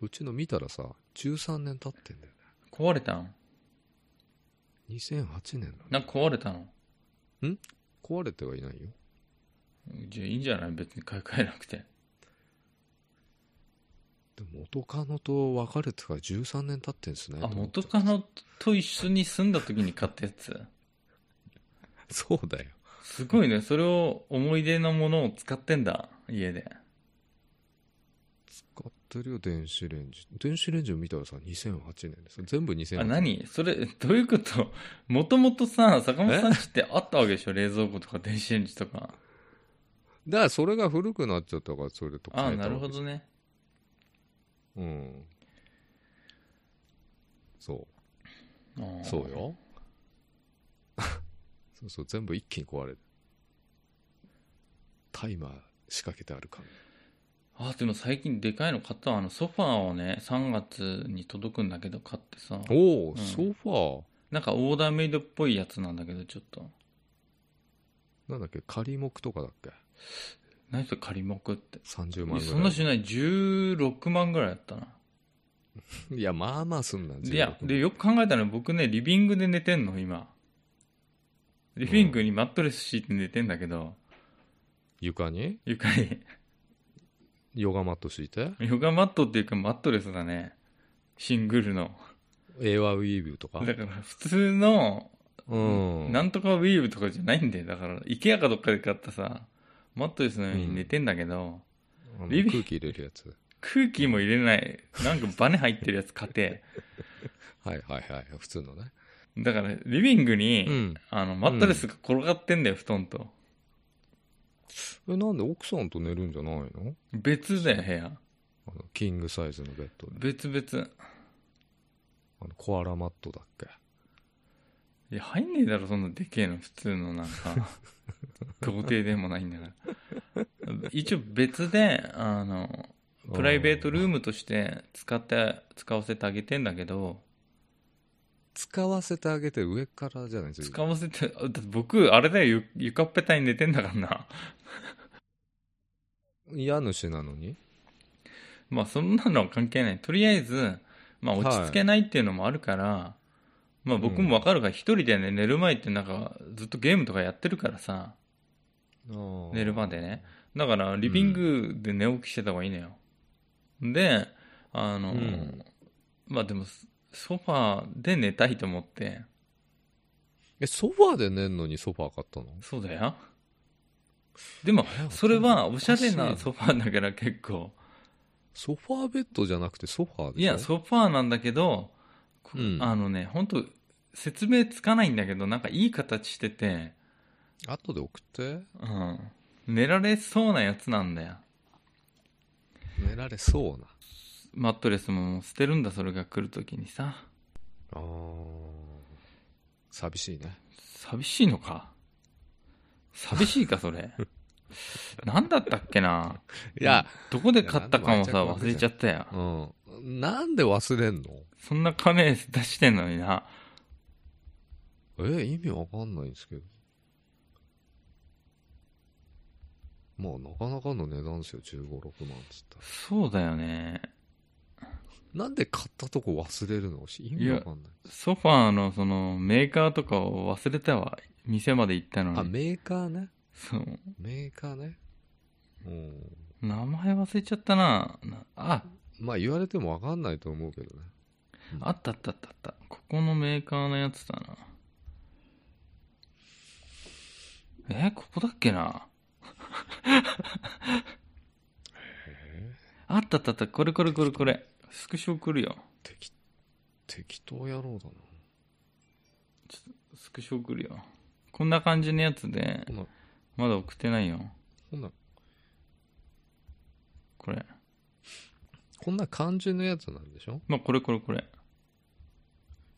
Speaker 2: うちの見たらさ13年経ってんだよ
Speaker 1: 壊れたん
Speaker 2: ね2008年だ
Speaker 1: なんか壊れたの
Speaker 2: 壊れてはいないよ
Speaker 1: じゃあいいんじゃない別に買い替えなくて
Speaker 2: でも元カノと別れてから13年経ってんですね
Speaker 1: あ元カノと一緒に住んだ時に買ったやつ
Speaker 2: そうだよ
Speaker 1: すごいねそれを思い出のものを使ってんだ家で
Speaker 2: 使ってるよ電子レンジ電子レンジを見たらさ2008年です全部2008年
Speaker 1: あ何それどういうこともともとさ坂本さんちってあったわけでしょ冷蔵庫とか電子レンジとか
Speaker 2: だからそれが古くなっちゃったからそれと
Speaker 1: あ
Speaker 2: 変
Speaker 1: あ
Speaker 2: えた
Speaker 1: なる
Speaker 2: わけ
Speaker 1: ほ
Speaker 2: です
Speaker 1: どね
Speaker 2: うんそ
Speaker 1: あ
Speaker 2: う
Speaker 1: ー
Speaker 2: そうよ そうそう全部一気に壊れるタイマー仕掛けてある感
Speaker 1: あでも最近でかいの買ったわあのソファーをね3月に届くんだけど買ってさ
Speaker 2: おお、
Speaker 1: うん
Speaker 2: ソファー
Speaker 1: なんかオーダーメイドっぽいやつなんだけどちょっと
Speaker 2: なんだっけ仮木とかだっけ
Speaker 1: 何それ仮木って
Speaker 2: 30万ぐらい
Speaker 1: そんなしない16万ぐらいだったない
Speaker 2: やまあまあすんな16
Speaker 1: いやでよく考えたら僕ねリビングで寝てんの今リビングにマットレス敷いて寝てんだけど、
Speaker 2: 床に
Speaker 1: 床に
Speaker 2: ヨガマット敷いて
Speaker 1: ヨガマットっていうかマットレスだねシングルの
Speaker 2: エアウィーブとか
Speaker 1: だから普通の
Speaker 2: うん
Speaker 1: なんとかウィーブとかじゃないんだよだから IKEA かどっかで買ったさマットレスの上に寝てんだけど、
Speaker 2: あの
Speaker 1: リビ
Speaker 2: 空気入れるやつ
Speaker 1: 空気も入れないなんかバネ入ってるやつ買って
Speaker 2: はいはいはい普通のね
Speaker 1: だからリビングに、
Speaker 2: ん
Speaker 1: あのマットレスが転がってんだよ、布団と
Speaker 2: えなんで奥さんと寝るんじゃないの
Speaker 1: 別だよ部屋
Speaker 2: あのキングサイズのベッドで
Speaker 1: 別々
Speaker 2: あのコアラマットだっけ
Speaker 1: いや入んねえだろそんなでけえの普通のなん か童貞でもないんだから一応別であのプライベートルー
Speaker 2: ム
Speaker 1: ムとして使って使わせてあげてんだけど
Speaker 2: 使わせてあげて上からじゃないです
Speaker 1: 使
Speaker 2: か
Speaker 1: わせてだって僕あれだよゆ床っぺたに寝てんだからな
Speaker 2: 家主なのに
Speaker 1: まあそんなのは関係ないとりあえず、まあ、落ち着けないっていうのもあるから、まあ僕もわかるから一人でね寝る前ってなんかずっとゲームとかやってるからさ
Speaker 2: 寝
Speaker 1: 寝るまでねだからリビングで寝起きしてた方がいいのよ、であの、
Speaker 2: うん
Speaker 1: まあでもソファーで寝たいと思って
Speaker 2: えソファーで寝るのにソファー買ったの
Speaker 1: そうだよでも
Speaker 2: え
Speaker 1: それはおしゃれ
Speaker 2: お
Speaker 1: な
Speaker 2: かしい
Speaker 1: ソファーだから結構
Speaker 2: ソファーベッドじゃなくてソファーでしょ
Speaker 1: いやソファーなんだけど、こ
Speaker 2: うん
Speaker 1: あのね本当説明つかないんだけどなんかいい形してて、
Speaker 2: 後で送って
Speaker 1: うん、寝られそうなやつなんだよ
Speaker 2: 寝られそうな
Speaker 1: マットレスももう捨てるんだそれが来る時にさ
Speaker 2: あー寂しいね
Speaker 1: 寂しいのか寂しいかそ れ何だったっけない
Speaker 2: や、
Speaker 1: どこで買ったかも
Speaker 2: いや
Speaker 1: さ
Speaker 2: なん
Speaker 1: 忘
Speaker 2: で湧い
Speaker 1: れ
Speaker 2: ち
Speaker 1: ち
Speaker 2: ゃ
Speaker 1: ゃったやん
Speaker 2: うん、なんで忘れんの
Speaker 1: そんな金出してんのにな
Speaker 2: え意味わかんないんですけどまあなかなかの値段ですよ1 5 6万っつったら
Speaker 1: そうだよね
Speaker 2: なんで買ったとこ忘れるのし意味わかんない
Speaker 1: ソファーのそのメーカーとかを忘れたわ店まで行ったの
Speaker 2: あ
Speaker 1: に
Speaker 2: メーカーね
Speaker 1: そう
Speaker 2: メーカーねうん
Speaker 1: 名前忘れちゃったななあ
Speaker 2: まあ言われてもわかんないと思うけどね
Speaker 1: あったあったあったあったここのメーカーのやつだなえここだっけなあったあったあったこれこれこれこれスクショ送るよ
Speaker 2: 適適当野郎だな
Speaker 1: スクショ送るよこんな感じのやつで
Speaker 2: こんな
Speaker 1: まだ送ってないよ
Speaker 2: こんな
Speaker 1: これ
Speaker 2: こんな感じのやつなんでしょ
Speaker 1: まあこれこれこれ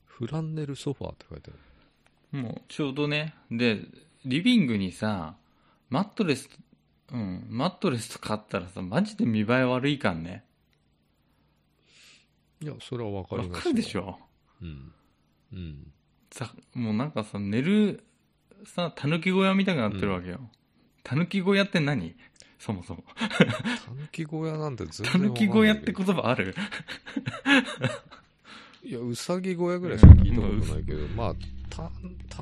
Speaker 2: フランネルソファーって書いてある
Speaker 1: もうちょうどねでリビングにさマットレスうんマットレスとかあったらさマジで見栄え悪いかんね
Speaker 2: いやそれはわか
Speaker 1: わ
Speaker 2: ります
Speaker 1: かるでし
Speaker 2: ょ
Speaker 1: ょ
Speaker 2: うんうん
Speaker 1: ざもうなんかさ寝るさたぬき小屋みたいになってるわけよ、たぬき小屋って何そもそも
Speaker 2: たぬき小屋なんて全然
Speaker 1: たぬき小屋って
Speaker 2: こ
Speaker 1: 言葉ある
Speaker 2: いやうさぎ小屋ぐらいしか聞いたことないけど、まあた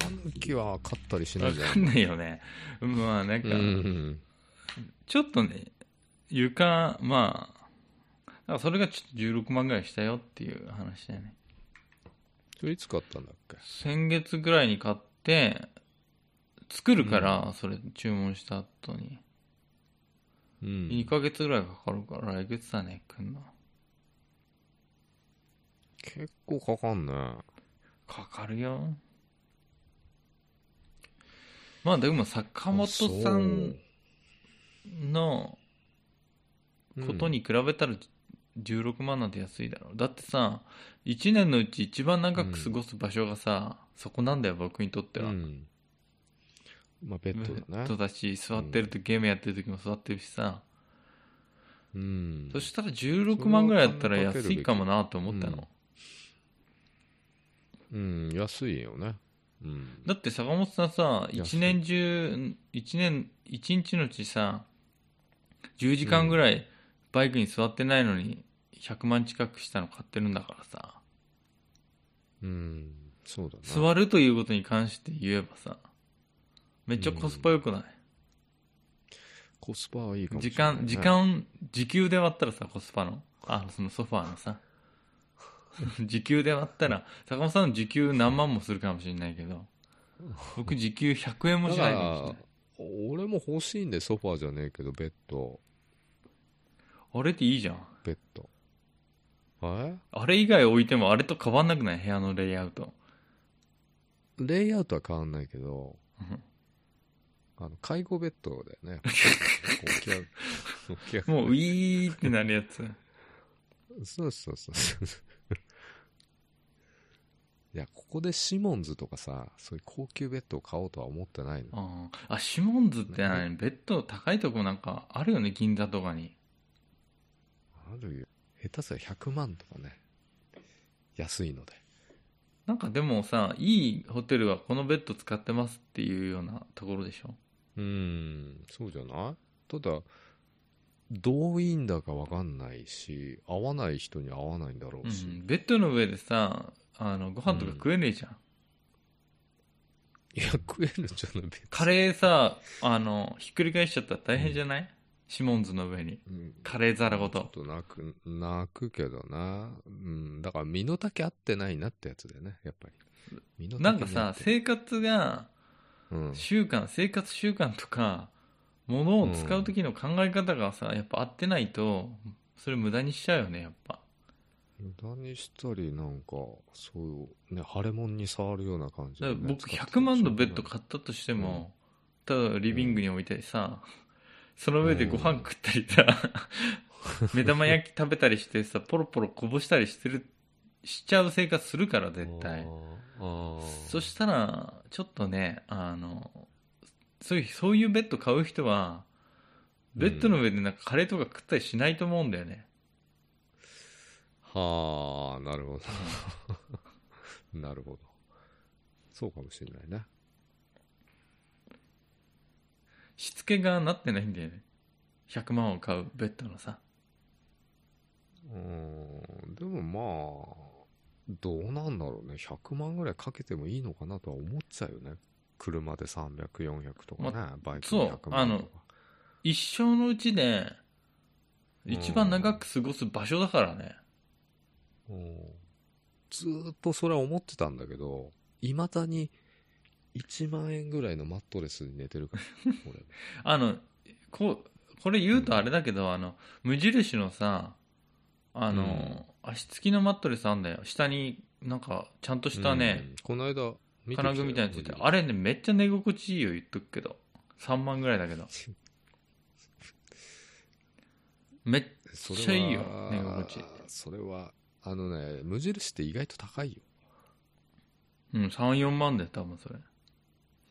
Speaker 2: たぬきは飼ったりしない
Speaker 1: わ
Speaker 2: じゃ
Speaker 1: か
Speaker 2: ん
Speaker 1: んないよねまあなん
Speaker 2: う
Speaker 1: か、
Speaker 2: んうん
Speaker 1: ちょっとね床まあだからそれがちょっと16万ぐらいしたよっていう話だよね
Speaker 2: それいつ買ったんだっけ
Speaker 1: 先月ぐらいに買って作るからそれ注文した後に、
Speaker 2: う
Speaker 1: 2
Speaker 2: ん
Speaker 1: ヶ月ぐらいかかるから来月だね来んの
Speaker 2: 結構かかんね
Speaker 1: かかるよまあでも坂本さんのことに比べたら16万なんて安いだろうだってさ1年のうち一番長く過ごす場所がさ、そこなんだよ僕にとって
Speaker 2: う
Speaker 1: は、
Speaker 2: んまあベ
Speaker 1: ベ
Speaker 2: ッドだ
Speaker 1: ッ
Speaker 2: ね
Speaker 1: ドだし座ってるとゲームやってる時も座ってるしさ、
Speaker 2: うん
Speaker 1: そしたら16万ぐらいだったら安いかもなと思ったの、
Speaker 2: うんうん安いよねうん
Speaker 1: だって坂本さんさ
Speaker 2: 安い
Speaker 1: 一年中一年一日のうちさ10時間ぐらいバイクに座ってないのに100万近くしたの買ってるんだからさ
Speaker 2: うんそうだな
Speaker 1: 座るということに関して言えばさめっちゃコスパ良くない、
Speaker 2: コスパはいいかもし
Speaker 1: 時
Speaker 2: れないね、
Speaker 1: 間時間時給で割ったらさコスパのあのそのソファーのさ 時給で割ったら坂本さんの時給何万もするかもしれないけど僕時給100円もしないかもしれ
Speaker 2: だ
Speaker 1: な
Speaker 2: か
Speaker 1: い
Speaker 2: ら俺も欲しいんでソファーじゃねえけどベッド
Speaker 1: あれっていいじゃん
Speaker 2: ベッドえ
Speaker 1: あれ以外置いてもあれと変わんなくない部屋のレイアウト
Speaker 2: レイアウトは変わんないけど
Speaker 1: うん
Speaker 2: あの介護ベッドだよ ねこう起き上が起き上が
Speaker 1: もうウィーってなるやつ
Speaker 2: そうそうそうそういやここでシモンズとかさそういう高級ベッドを買おうとは思ってないの
Speaker 1: あーあシモンズって何ベッド高いとこなんかあるよね銀座とかに
Speaker 2: あるよ下手すら100万とかね安いので
Speaker 1: なんかでもさいいホテルはこのベッド使ってますっていうようなところでしょ
Speaker 2: うーんそうじゃないただどういいんだか分かんないし合わない人に合わないんだろ
Speaker 1: う
Speaker 2: うし、
Speaker 1: ん、ベッドの上でさあのご飯とか食えねえじゃん、
Speaker 2: いや食えるんじゃない別に
Speaker 1: カレーさあのひっくり返しちゃったら大変じゃない、シモンズの上に
Speaker 2: うん
Speaker 1: カレー皿ご
Speaker 2: ちょっ
Speaker 1: と
Speaker 2: と泣く泣くけどな、うん、だから身の丈合ってないなってやつだよねやっぱり身の丈
Speaker 1: なんか
Speaker 2: に合
Speaker 1: さ
Speaker 2: って
Speaker 1: 生活が
Speaker 2: うん、
Speaker 1: 習慣生活習慣とか物を使う時の考え方がさやっぱ合ってないとそれ無駄にしちゃうよねやっぱ
Speaker 2: 無駄にしたりなんかそうね腫れ物に触るような感じ
Speaker 1: だ
Speaker 2: で
Speaker 1: から
Speaker 2: ね、
Speaker 1: 僕
Speaker 2: 使ってる
Speaker 1: 100万のベッド買ったとしても、 ただリビングに置いてさ、その上でご飯食ったりさ、目玉焼き食べたりしてさ、ポロポロこぼしたりしてる、しちゃう生活するから、絶対。
Speaker 2: あー。
Speaker 1: そしたら、ちょっとね、あの、そういう、そういうベッド買う人は、ベッドの上でなんかカレーとか食ったりしないと思うんだよね。
Speaker 2: たはあ、なるほど。 なるほど。そうかもしれないね。
Speaker 1: しつけがなってないんだよね。100万を買うベッドのさ。
Speaker 2: うん。でもまあ、どうなんだろうね。100万ぐらいかけてもいいのかなとは思っちゃうよね。車で300、400とかね。バイクで
Speaker 1: そ
Speaker 2: 100
Speaker 1: うあ
Speaker 2: 万
Speaker 1: の
Speaker 2: とか。
Speaker 1: 一生のうちで、
Speaker 2: うん
Speaker 1: 一番長く過ごす場所だからね。
Speaker 2: うんずーっとそれは思ってたんだけど、いまだに1万円ぐらいのマットレスに寝て るから、俺。
Speaker 1: あの、こう、これ言うとあれだけど、あの、無印のさ、あの、足つきのマットレスあんだよ。下に、なんか、ちゃんとした
Speaker 2: う
Speaker 1: ね、
Speaker 2: ん。この間、見てきた
Speaker 1: 金
Speaker 2: よ
Speaker 1: 具みたいなのついて
Speaker 2: 俺
Speaker 1: あれね、めっちゃ寝心地いいよ、言っとくけど。3万ぐらいだけど。めっ
Speaker 2: それ
Speaker 1: ちゃいいよ
Speaker 2: は
Speaker 1: 寝心地
Speaker 2: それは、あのね、無印って意外と高いよ。
Speaker 1: うん、3、4万だよ、多分それ。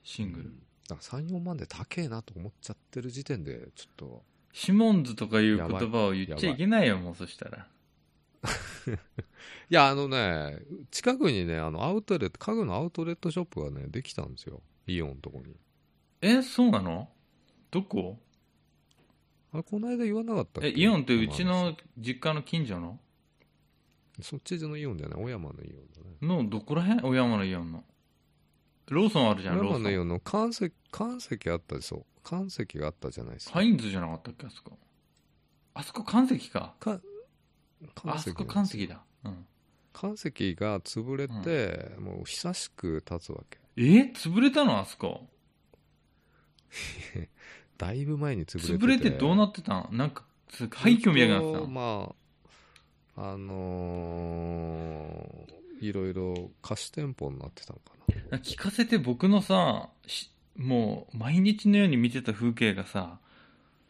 Speaker 1: シングル。
Speaker 2: だから3、4万で高えなと思っちゃってる時点で、ちょっと、
Speaker 1: シモンズとかいう言葉を言っちゃいけないよ、もうそしたら。
Speaker 2: いや、あのね、近くにね、あの、アウトレット、家具のアウトレットショップがね、できたんですよ。イオンのとこに。
Speaker 1: え、そうなのどこ
Speaker 2: あれ、この間言わなかったっけ
Speaker 1: え、イオンってうちの実家の近所の
Speaker 2: そっちのイオンじゃない、小山のイオンだね。
Speaker 1: のどこら辺小山のイオンの。ローソンあるじゃん、
Speaker 2: 小
Speaker 1: ローソ
Speaker 2: 山
Speaker 1: ン。
Speaker 2: のイオンの関石、関石あったでしょ。関石があったじゃないですか。
Speaker 1: カインズじゃなかったっけ、あそこ。あそこ関石か。
Speaker 2: か
Speaker 1: あそこ関石だ。うん。
Speaker 2: 関石が潰れて、もう久しく経つわけ。
Speaker 1: え潰れたのあそこ。
Speaker 2: だいぶ前に潰れて
Speaker 1: 潰れてどうなってたんなんか、す廃墟みたいになってたの
Speaker 2: まあ、あのーいろいろ貸し店舗になってたのかな。
Speaker 1: 聞かせて僕のさ、しもう毎日のように見てた風景がさ、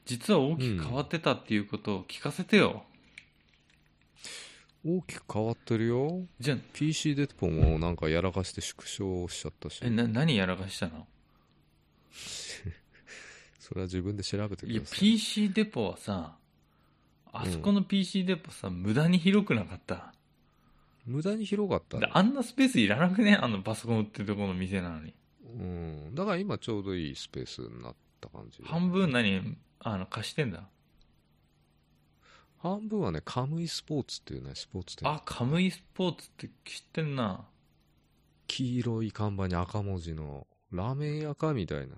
Speaker 1: 実は大きく変わってたっていうことを聞かせてよ。
Speaker 2: 大きく変わってるよ。
Speaker 1: じゃあ、
Speaker 2: PC デポもなんかやらかして縮小しちゃったし
Speaker 1: え、、な、何やらかしたの
Speaker 2: それは自分で調べてく
Speaker 1: いや
Speaker 2: だ、さい。
Speaker 1: PC デポはさ、あそこの PC デポさ、無駄に広くなかった。
Speaker 2: 無駄に広かった
Speaker 1: で
Speaker 2: ね。
Speaker 1: あんなスペースいらなくねあのパソコン売ってるところの店なのに。
Speaker 2: うん。だから今ちょうどいいスペースになった感じ。
Speaker 1: 半分何あの、貸してんだ。
Speaker 2: 半分はね、カムイスポーツっていうね、スポーツ店。
Speaker 1: あ、カムイスポーツって知ってんな。
Speaker 2: 黄色い看板に赤文字の、ラーメン屋かみたいな。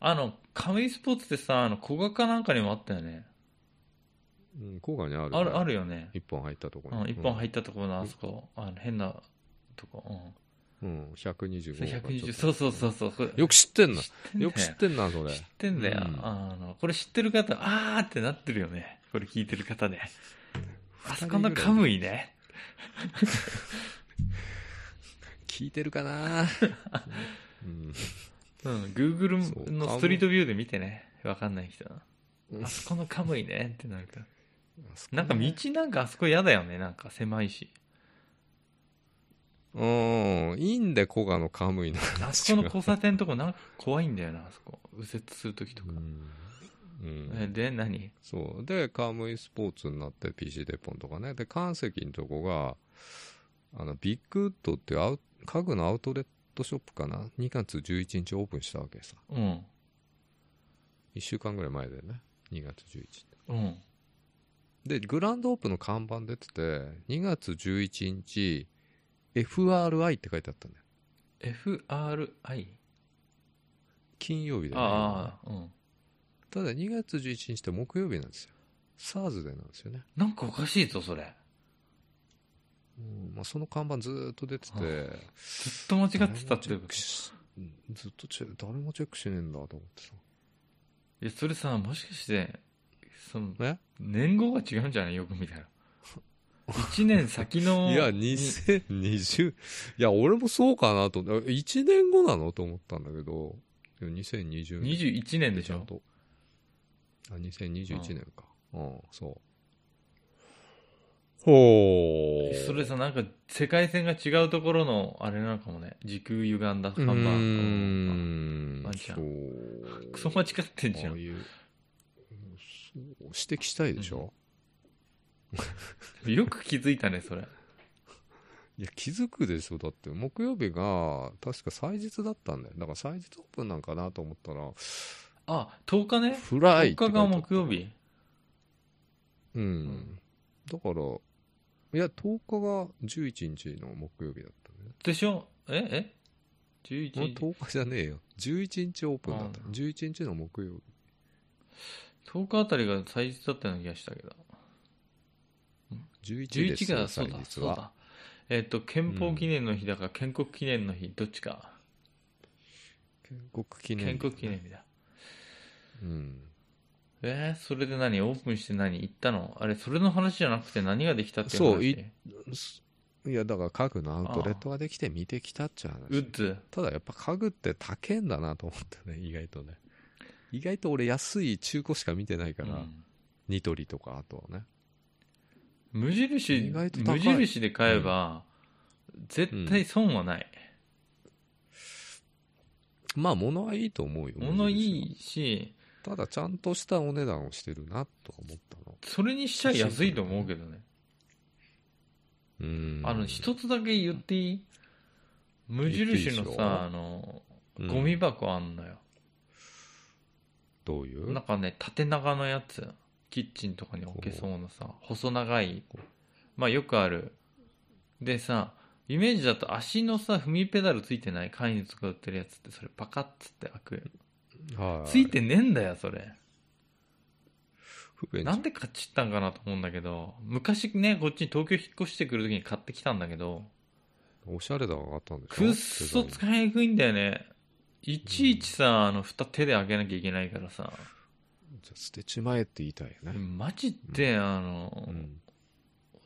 Speaker 1: あの、カムイスポーツってさ、あの、小賀かなんかにもあったよね。
Speaker 2: うん、郊外にある、
Speaker 1: ある、あるよね。
Speaker 2: 一本入ったとこ
Speaker 1: う
Speaker 2: ろ
Speaker 1: ん、一本
Speaker 2: っ
Speaker 1: 入ったところのあそこ、あの、変なとこ、うん。
Speaker 2: た。うん、125
Speaker 1: それ
Speaker 2: がちょっ
Speaker 1: 120、
Speaker 2: と
Speaker 1: そうそうそうそう。これ
Speaker 2: よく知ってんな。
Speaker 1: 知ってんだ
Speaker 2: よく知ってんな、それ
Speaker 1: 知。ってんだよ。
Speaker 2: うん
Speaker 1: あの、これ知ってる方、あーってなってるよね。これ聞いてる方で。あそこのカムイね。
Speaker 2: 聞いてる かなうん。
Speaker 1: うん、Google
Speaker 2: そう
Speaker 1: のストリートビューで見てね。わかんない人は。
Speaker 2: うん
Speaker 1: あそこのカムイねってなるから。
Speaker 2: あそこ
Speaker 1: なんか道なんかあそこ嫌だよね。なんか狭いし。
Speaker 2: うん、いいんで、古賀のカムイの
Speaker 1: あ
Speaker 2: 話
Speaker 1: そこの
Speaker 2: は。
Speaker 1: 交差点とこなんか怖いんだよな、あそこ。右折するときとか
Speaker 2: う。んう
Speaker 1: え
Speaker 2: ん、
Speaker 1: で、何
Speaker 2: そう。で、カムイスポーツになって PC デポンとかね。で、関石のとこが、あの、ビッグウッドっていうアウ家具のアウトレットショップかな。2月11日オープンしたわけさ。
Speaker 1: うん。
Speaker 2: 1週間ぐらい前だよね。2月11日。
Speaker 1: うん。
Speaker 2: で、グランドオープンの看板出てて、2月11日、FRI って書いてあったんだよ。
Speaker 1: FRI?
Speaker 2: 金曜日だよね、
Speaker 1: ああ、うん。
Speaker 2: ただ2月11日って木曜日なんですよ。SARS でなんですよね。
Speaker 1: なんかおかしいぞ、それ。
Speaker 2: うんまあ、その看板ずーっと出てて、
Speaker 1: はずっと間違ってたって
Speaker 2: 誰
Speaker 1: いうこ
Speaker 2: もチェック
Speaker 1: と。
Speaker 2: しうんずっとチェック誰もチェックしねえんだと思ってさ。
Speaker 1: いや、それさ、もしかして、その、
Speaker 2: え
Speaker 1: 年号が違うんじゃないよく見たら。1年先の。
Speaker 2: いや、
Speaker 1: に
Speaker 2: 2020、いや、俺もそうかなと思って、1年後なのと思ったんだけど、いや2020年。
Speaker 1: 21年でし
Speaker 2: ちゃん
Speaker 1: ょ
Speaker 2: と。あ、2021年か。うん、そう。ほー。
Speaker 1: それさなんか世界線が違うところのあれなのかもね時空歪んだハ
Speaker 2: う
Speaker 1: ンバーグかも
Speaker 2: ーん
Speaker 1: ワンちゃん
Speaker 2: そう
Speaker 1: クソ間違ってんじゃ
Speaker 2: ああ
Speaker 1: ん
Speaker 2: いうそう指摘したいでしょ、
Speaker 1: よく気づいたねそれ
Speaker 2: いや気づくでしょだって木曜日が確か祭日だったんだよだから祭日オープンなんかなと思ったら
Speaker 1: あ10日ね
Speaker 2: フライ
Speaker 1: 10
Speaker 2: っ
Speaker 1: 日
Speaker 2: て書いてあ
Speaker 1: が
Speaker 2: った
Speaker 1: 木曜日
Speaker 2: うん、
Speaker 1: ん
Speaker 2: だからいや10日が11日の木曜日だったね
Speaker 1: でしょええ
Speaker 2: もう
Speaker 1: 11
Speaker 2: 10日じゃねえよ11日オープンだった
Speaker 1: あー
Speaker 2: 11日の木曜日
Speaker 1: 10日あたりが祭日だったような気がしたけど
Speaker 2: 11日です
Speaker 1: 11
Speaker 2: よ
Speaker 1: がそうだ
Speaker 2: 祭日
Speaker 1: そう
Speaker 2: は
Speaker 1: だえっと憲法記念の日だか建国記念の日どっちか
Speaker 2: 建国記念
Speaker 1: 建
Speaker 2: 日
Speaker 1: 国記念日だ
Speaker 2: うん
Speaker 1: えー、それで何オープンして何行ったのあれそれの話じゃなくて何ができたってい
Speaker 2: そう
Speaker 1: 話
Speaker 2: いすいやだから家具のアウトレットができて見てきたっちゃう
Speaker 1: ウ
Speaker 2: 話
Speaker 1: ッズ
Speaker 2: ただやっぱ家具って高えんだなと思ってね意外とね意外と俺安い中古しか見てないから、
Speaker 1: うん
Speaker 2: ニトリとかあとはね
Speaker 1: 無印
Speaker 2: 意外と高
Speaker 1: 無
Speaker 2: い
Speaker 1: 印で買えば、絶対損はない、
Speaker 2: まあ物はいいと思うよ
Speaker 1: 物
Speaker 2: 無印
Speaker 1: いいし
Speaker 2: はただちゃんとしたお値段をしてるなと思ったの
Speaker 1: それにしちゃ安いと思うけどね、
Speaker 2: うーん
Speaker 1: あの一つだけ言っていい無印
Speaker 2: 言っていいで
Speaker 1: の
Speaker 2: すよ
Speaker 1: さあの
Speaker 2: うん
Speaker 1: ゴミ箱あんのよ、
Speaker 2: どういう
Speaker 1: なんかね縦長のやつキッチンとかに置けそうなさ細長いまあよくあるでさイメージだと足のさ踏みペダルついてないカインズとか売ってるやつってそれパカッつって開く
Speaker 2: はい
Speaker 1: ついてねえんだよそれ
Speaker 2: 不便じゃ
Speaker 1: なんで買っちったんかなと思うんだけど昔ねこっちに東京引っ越してくる時に買ってきたんだけど
Speaker 2: おしゃれだがあったんでしょ
Speaker 1: くっそ
Speaker 2: デザイン
Speaker 1: 使いにくいんだよねいちいちさあの蓋手で開けなきゃいけないからさ
Speaker 2: じゃあ捨てちまえって言いたいよね
Speaker 1: マジであの、
Speaker 2: うん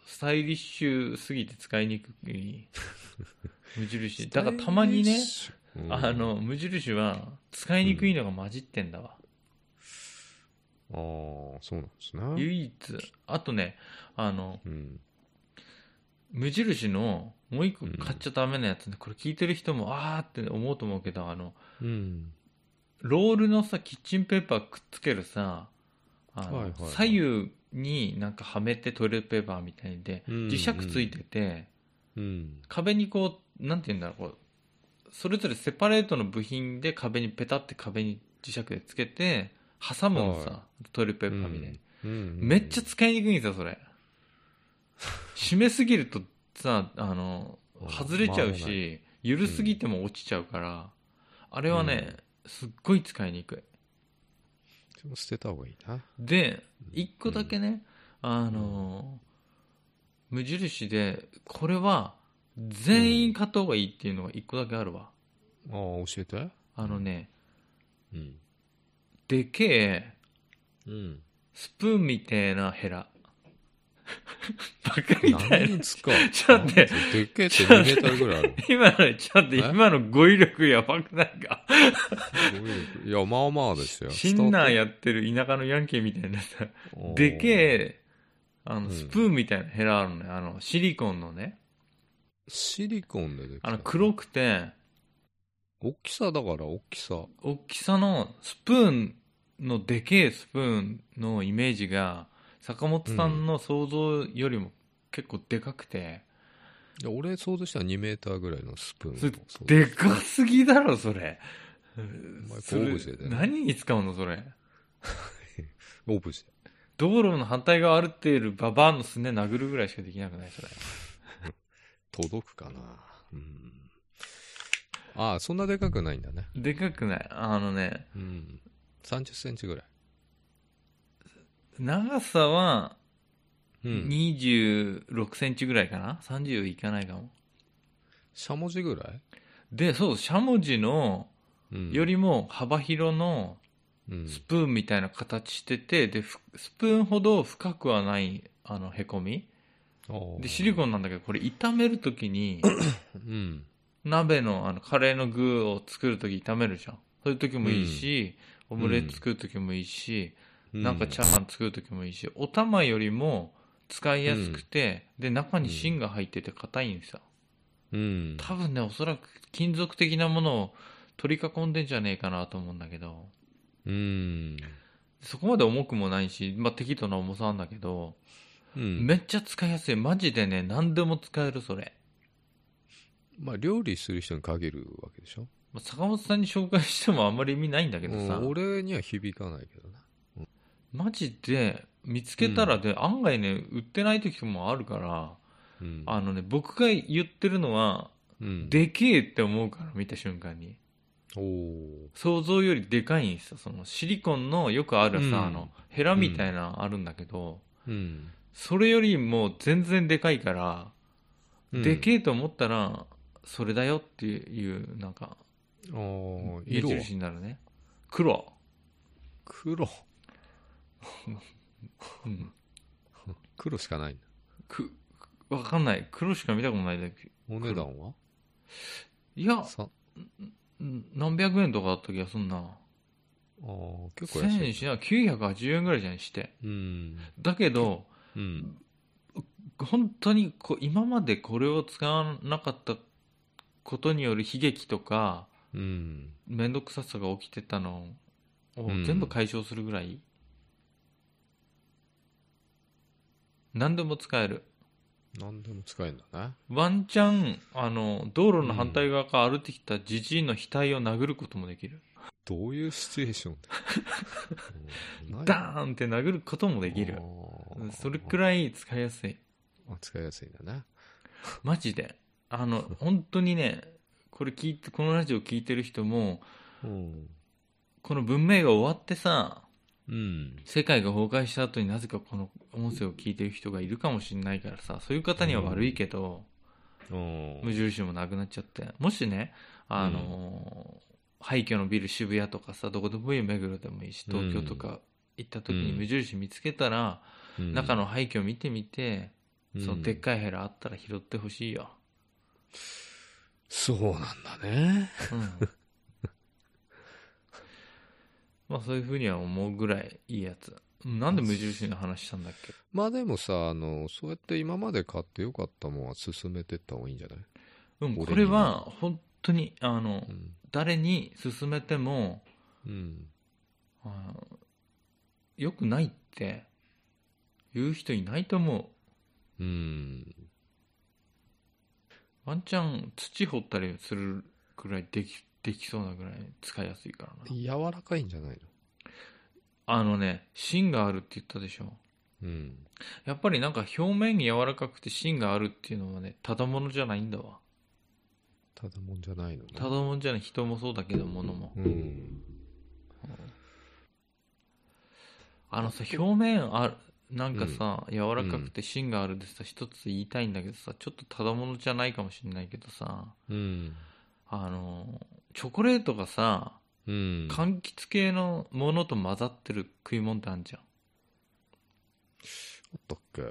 Speaker 1: スタイリッシュすぎて使いにく い無印だからたまにね、
Speaker 2: うん
Speaker 1: あの無印は使いにくいのが混じってんだわ、
Speaker 2: ああそうなんですね
Speaker 1: 唯一あとねあの
Speaker 2: うん
Speaker 1: 無印のもう一個買っちゃダメなやつね、これ聞いてる人もあーって思うと思うけどあの
Speaker 2: うん
Speaker 1: ロールのさキッチンペーパーくっつけるさあの、
Speaker 2: はいはいはい
Speaker 1: 左右になんかはめてトイレットペーパーみたいで
Speaker 2: うん
Speaker 1: 磁石ついてて、
Speaker 2: うん
Speaker 1: 壁にこうなんて言うんだろうこうそれぞれセパレートの部品で壁にペタって壁に磁石でつけて挟むのさ、
Speaker 2: は
Speaker 1: トイレットペーパーみたいに、
Speaker 2: うんうん
Speaker 1: めっちゃ使いにくいんですよそれ締めすぎるとさあの
Speaker 2: うん
Speaker 1: 外れちゃう
Speaker 2: 回ら
Speaker 1: し緩すぎても落ちちゃうから、あれはね、すっごい使いにくい
Speaker 2: でも捨てた方がいいな
Speaker 1: で一個だけね、あの無印でこれは全員買った方がいいっていうのが一個だけあるわ
Speaker 2: ああ教えて
Speaker 1: あのね
Speaker 2: うん
Speaker 1: でけえ
Speaker 2: うん
Speaker 1: スプーンみたいなヘラ バカみたいな
Speaker 2: 何ですか
Speaker 1: ちょっと待って
Speaker 2: でっけえって2メートルぐらいある
Speaker 1: 今のちょっと
Speaker 2: え
Speaker 1: 今の語彙力やばくないか
Speaker 2: すごいいやまあまあですよ
Speaker 1: シンナーやってる田舎のヤンキーみたいなさでけ
Speaker 2: え
Speaker 1: えあ
Speaker 2: う
Speaker 1: の
Speaker 2: ん
Speaker 1: スプーンみたいなヘラあるのよあのシリコンのね
Speaker 2: シリコンでできた
Speaker 1: あの黒くて
Speaker 2: 大きさだから大きさ
Speaker 1: 大きさのスプーンのでけえスプーンのイメージが坂本さんの想像よりも結構でかくて、
Speaker 2: いや俺想像したら2メーターぐらいのスプーンを
Speaker 1: それ
Speaker 2: 想像
Speaker 1: でかすぎだろそれ
Speaker 2: お前
Speaker 1: それ
Speaker 2: オブジェだよ
Speaker 1: 何に使うのそれ
Speaker 2: オブジ
Speaker 1: 道路の反対側歩っているババアのすね殴るぐらいしかできなくないそれ
Speaker 2: ェ届くかなうんああそんなでかくないんだね
Speaker 1: でかくないあのね
Speaker 2: うん30センチぐらい
Speaker 1: 長さは
Speaker 2: うん
Speaker 1: 2 6センチぐらいかな30いかないかも
Speaker 2: しゃもじぐらい
Speaker 1: でそうしゃもじの
Speaker 2: うん
Speaker 1: よりも幅広の、
Speaker 2: うん
Speaker 1: スプーンみたいな形しててでふスプーンほど深くはないあのへこみ
Speaker 2: あー
Speaker 1: でシリコンなんだけどこれ炒めるときに
Speaker 2: うん
Speaker 1: 鍋のあのカレーの具を作るとき炒めるじゃんそういうときもいいし、
Speaker 2: ん
Speaker 1: オムレツ作るときもいいし、なんかチャーハン作る時もいいし、お玉よりも使いやすくて、で中に芯が入ってて硬いんですよ
Speaker 2: うん
Speaker 1: 多分ねおそらく金属的なものを取り囲んでんじゃねえかなと思うんだけど
Speaker 2: うん
Speaker 1: そこまで重くもないし、まあ、適度な重さなんだけど、
Speaker 2: うん
Speaker 1: めっちゃ使いやすいマジでね何でも使えるそれ
Speaker 2: まあ料理する人に限るわけでしょ、
Speaker 1: まあ坂本さんに紹介してもあんまり意味ないんだけどさ
Speaker 2: うん俺には響かないけどな
Speaker 1: マジで見つけたらで、案外ね売ってない時もあるから
Speaker 2: うん
Speaker 1: あのね僕が言ってるのは
Speaker 2: うん
Speaker 1: でけえって思うから見た瞬間に
Speaker 2: おお
Speaker 1: 想像よりでかいんですよそのシリコンのよくあるさ、
Speaker 2: うん
Speaker 1: あのヘラみたいなのあるんだけど、
Speaker 2: うん
Speaker 1: それよりも全然でかいから、でけえと思ったらそれだよっていうなんか
Speaker 2: あー
Speaker 1: 目
Speaker 2: 色は
Speaker 1: 印になるね黒
Speaker 2: 黒
Speaker 1: うん
Speaker 2: 黒しかないんだ
Speaker 1: くわかんない黒しか見たことないんだけど
Speaker 2: お値段はい
Speaker 1: や
Speaker 2: さ
Speaker 1: うん何百円とかだった気がすんな
Speaker 2: あー結構安
Speaker 1: 1000円
Speaker 2: い
Speaker 1: しな980円ぐらいじゃんして
Speaker 2: うん
Speaker 1: だけど
Speaker 2: うん
Speaker 1: 本当にこう今までこれを使わなかったことによる悲劇とか
Speaker 2: うん
Speaker 1: 面倒くささが起きてたのを
Speaker 2: うん
Speaker 1: 全部解消するぐらい、何でも使える
Speaker 2: 何でも使えるんだね
Speaker 1: ワンチャンあの道路の反対側から歩いてきたじじいの額を殴ることもできる、
Speaker 2: どういうシチュエーション でうんない
Speaker 1: ダーンって殴ることもできる
Speaker 2: あ
Speaker 1: うん
Speaker 2: ー
Speaker 1: それくらい使いやすい
Speaker 2: あ使いやすいんだね
Speaker 1: マジであの本当にねこれ聞いてこのラジオ聞いてる人も
Speaker 2: うん
Speaker 1: この文明が終わってさ
Speaker 2: うん
Speaker 1: 世界が崩壊した後になぜかこの音声を聞いてる人がいるかもしれないからさそういう方には悪いけど、無印もなくなっちゃってもしねあのー廃墟のビル渋谷とかさどこでもいいよ目黒でもいいし東京とか行った時に
Speaker 2: うん
Speaker 1: 無印見つけたら、
Speaker 2: うん
Speaker 1: 中の廃墟見てみて、そのでっ
Speaker 2: い
Speaker 1: かいヘラあったら拾ってほしいよ、
Speaker 2: そうなんだね
Speaker 1: うんまあそういうふうには思うぐらいいいやつうんなんで無印の話したんだっけ
Speaker 2: まあでもさあのそうやって今まで買ってよかったもんは進めてった方がいいんじゃない、
Speaker 1: うん
Speaker 2: 俺には
Speaker 1: これは本当にあの、
Speaker 2: うん
Speaker 1: 誰に勧めても
Speaker 2: うん、
Speaker 1: あの良くないって言う人いないと思
Speaker 2: うん、
Speaker 1: うワンチャン土掘ったりするくらいできできそうなぐらい使いやすいからな
Speaker 2: 柔らかいんじゃない
Speaker 1: あのね芯があるって言ったでしょ
Speaker 2: のうん
Speaker 1: やっぱりなんか表面に柔らかくて芯があるっていうのはねただものじゃないんだわ
Speaker 2: ただもんじゃないのね
Speaker 1: ただもんじゃない人もそうだけど物も
Speaker 2: うん
Speaker 1: あのさ表面あるなんかさ、柔らかくて芯があるでさ一つ言いたいんだけどさちょっとただものじゃないかもしれないけどさ
Speaker 2: うん
Speaker 1: あのチョコレートがさ
Speaker 2: うん
Speaker 1: 柑橘系のものと混ざってる食い物ってあんじゃん
Speaker 2: あったっけ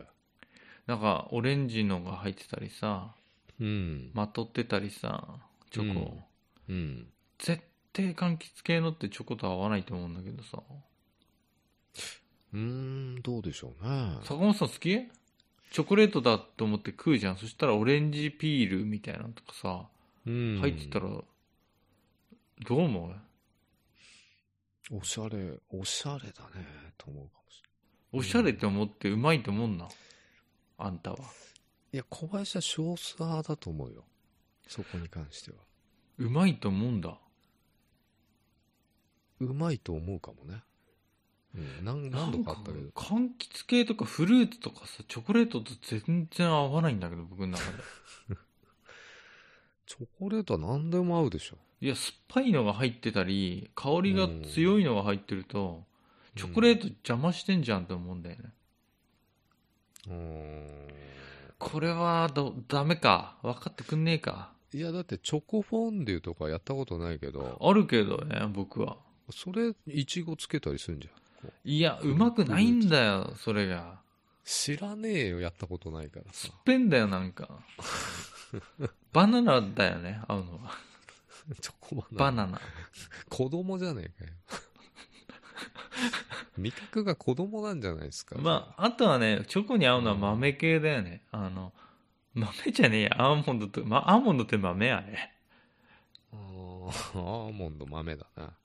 Speaker 1: なんかオレンジのが入ってたりさ
Speaker 2: うん、
Speaker 1: まとってたりさチョコ、
Speaker 2: うんうん、
Speaker 1: 絶対柑橘系のってチョコと合わないと思うんだけどさ
Speaker 2: うーんどうでしょうね
Speaker 1: 坂本さん好きチョコレートだと思って食うじゃんそしたらオレンジピールみたいなのとかさ
Speaker 2: うん
Speaker 1: 入ってたらどう思う
Speaker 2: おしゃれおしゃれだねと思うかもしれない
Speaker 1: おしゃれって思ってうまいと思うんなあんたはい
Speaker 2: や小林は少数派だと思うよそこに関しては
Speaker 1: うまいと思うんだ
Speaker 2: うまいと思うかもね、うん、何何度かあったけ
Speaker 1: なん
Speaker 2: ど
Speaker 1: か柑橘系とかフルーツとかさチョコレートと全然合わないんだけど僕の中 で
Speaker 2: チョコレートは何でも合うでしょ
Speaker 1: いや酸っぱいのが入ってたり香りが強いのが入ってるとチョコレート邪魔してんじゃんって思うんだよね、
Speaker 2: うーん
Speaker 1: これはどダメか分かってくんねえか
Speaker 2: いやだってチョコフォンデュとかやったことないけど
Speaker 1: あるけどね僕は
Speaker 2: それいちごつけたりするんじゃんこう
Speaker 1: いやうまくないんだよそれが
Speaker 2: 知らねえよやったことないから さ
Speaker 1: 酸っぱいんだよなんか バナナだよね合うのは
Speaker 2: チョコバナナ
Speaker 1: バナナ
Speaker 2: 子供じゃねえかよ味覚が子供なんじゃないですか。
Speaker 1: まあ、あとはね、チョコに合うのは豆系だよね。あの、豆じゃねえや、アーモンドと、ま、アーモンドって豆あれ。
Speaker 2: あー。アーモンド豆だな。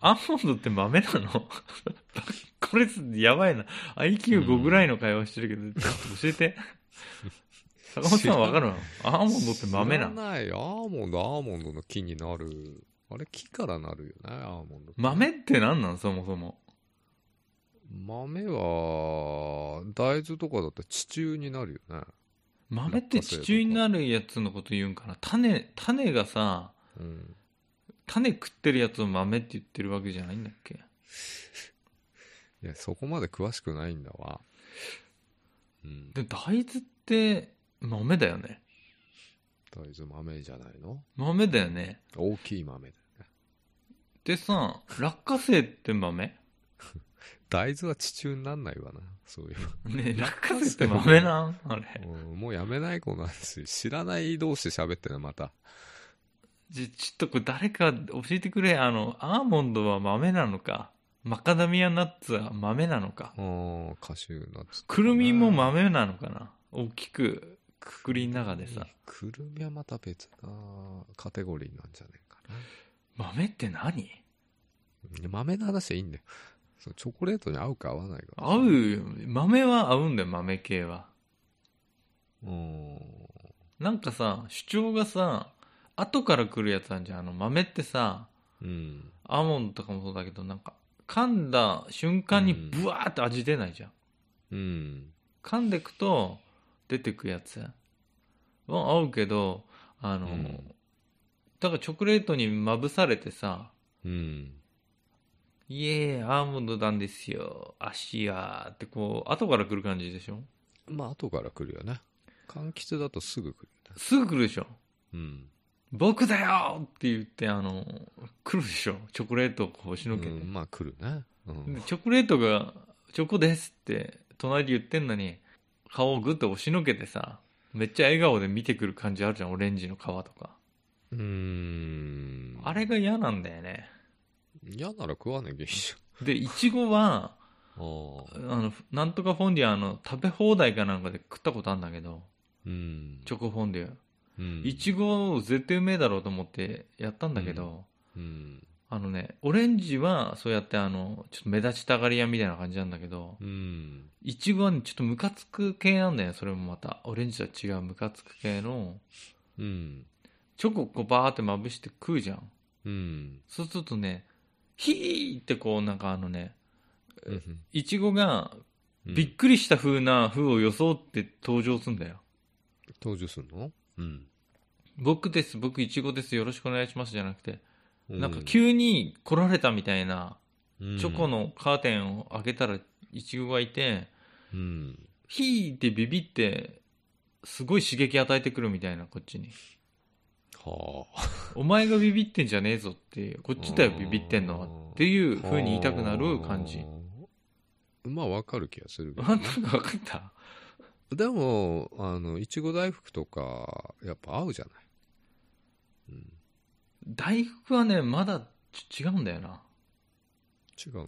Speaker 1: アーモンドって豆なの これ、やばいな。IQ5 ぐらいの会話してるけど、ちょっと教えて。坂本さんわかる のアーモンドって豆な
Speaker 2: 知
Speaker 1: の
Speaker 2: らない。アーモンド、アーモンドの木になる。あれ、木からなるよね、アーモンド。
Speaker 1: 豆って何なんそもそも。
Speaker 2: 豆は、大豆とかだと地中になるよね。
Speaker 1: 豆って地中になるやつのこと言うんかな種、種がさ、
Speaker 2: うん。
Speaker 1: 種食ってるやつを豆って言ってるわけじゃないんだっけ
Speaker 2: いや、そこまで詳しくないんだわ。うん。
Speaker 1: でも大豆って豆だよね。
Speaker 2: 大豆豆じゃないの
Speaker 1: 豆だよね。
Speaker 2: 大きい豆だよね。
Speaker 1: でさ、落花生って豆ね
Speaker 2: 大豆は地中になんないわな。そういう。
Speaker 1: え落花生って豆なんあれ。
Speaker 2: うんもうやめない子なんです知らない同士で喋ってるな、また。
Speaker 1: じゃ、ちょっとこれ誰か教えてくれ。あの、アーモンドは豆なのか。マカダミアナッツは豆なのか。
Speaker 2: うん、カシューナッツ。
Speaker 1: くるみも豆なのかな。大きく、くくりの中でさ。
Speaker 2: くるみはまた別なカテゴリーなんじゃねえか
Speaker 1: 豆って何
Speaker 2: な。豆の話はいいんだよ。そのチョコレートに合うか合わないか。
Speaker 1: 合うよ。豆は合うんだよ、豆系は。
Speaker 2: うん。
Speaker 1: なんかさ、主張がさ、後から来るやつあんじゃん。あの、豆ってさ、
Speaker 2: うん。
Speaker 1: アーモンドとかもそうだけどなんか噛んだ瞬間にブワーって味出ないじゃん、
Speaker 2: うん。
Speaker 1: 噛んでくと出てくやつは合うけどあの、
Speaker 2: うん
Speaker 1: だからチョコレートにまぶされてさ
Speaker 2: うん。
Speaker 1: 「イエーイアーモンドなんですよ足や」ってこう後から来る感じでしょ
Speaker 2: まあ、後から来るよね。柑橘だとすぐ来るよね。
Speaker 1: すぐ来るでしょ
Speaker 2: うん。
Speaker 1: 僕だよって言ってあの来るでしょチョコレートをこう押しのけて、
Speaker 2: うんまあ、来るね。うん
Speaker 1: で。チョコレートが「チョコです」って隣で言ってんのに顔をグッと押しのけてさめっちゃ笑顔で見てくる感じあるじゃんオレンジの皮とか
Speaker 2: うーん。
Speaker 1: あれが嫌なんだよね
Speaker 2: 嫌なら食わなきゃいいじ
Speaker 1: でいちごは
Speaker 2: ゃん。あ
Speaker 1: あ
Speaker 2: あ。
Speaker 1: のなんとかフォンデュあの食べ放題かなんかで食ったことあるんだけど
Speaker 2: うん。
Speaker 1: チョコフォンデュ
Speaker 2: うん
Speaker 1: いちご絶対うめえだろうと思ってやったんだけど、
Speaker 2: うん。
Speaker 1: あのねオレンジはそうやってあのちょっと目立ちたがり屋みたいな感じなんだけど
Speaker 2: うん。
Speaker 1: いちごはねちょっとムカつく系なんだよねそれもまたオレンジとは違うムカつく系の
Speaker 2: うん。
Speaker 1: チョコこうバーってまぶして食うじゃん
Speaker 2: うん。
Speaker 1: そうするとねヒーってこうなんかあのね
Speaker 2: うん
Speaker 1: いちごが
Speaker 2: うん
Speaker 1: びっくりした風な風を装って登場するんだよ、
Speaker 2: 登場するのうん。
Speaker 1: 僕です僕いちごですよろしくお願いしますじゃなくて、な
Speaker 2: な
Speaker 1: んか急に来られたみたいな
Speaker 2: に
Speaker 1: チョコ、のカーテンを開けたらいちごがいて
Speaker 2: うん。
Speaker 1: ヒーってビビってすごい刺激与えてくるみたいなこっちに
Speaker 2: はあ。
Speaker 1: お前がビビってんじゃねえぞってこっちだよビビってんのはっていう風に言いたくなる感じ
Speaker 2: はあ。まあ、わかる気がするけど
Speaker 1: な
Speaker 2: ね、
Speaker 1: んとなく分かった
Speaker 2: でも、あの、いちご大福とか、やっぱ合うじゃない。うん。
Speaker 1: 大福はねまだち違うんだよな
Speaker 2: 違うの。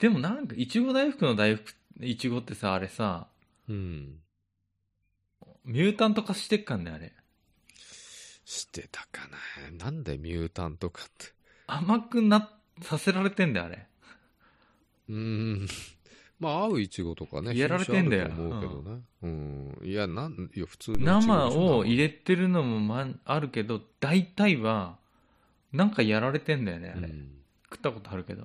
Speaker 1: でもなんかいちご大福の大福いちごってさあれさ
Speaker 2: うん。
Speaker 1: ミュータント化してっかんねあれ
Speaker 2: してたかな。なんでミュータントかって。
Speaker 1: 甘くなさせられてんだよあれ
Speaker 2: うーん。まあ、合ういちごとかね。
Speaker 1: やられてんだよ
Speaker 2: 品種あると思うけどね。うん。いや、なん、いや、普通の
Speaker 1: 生を入れ
Speaker 2: れ
Speaker 1: てるのも、ま、あるけど大体はなんかやられてんだよねあれ、食ったことあるけど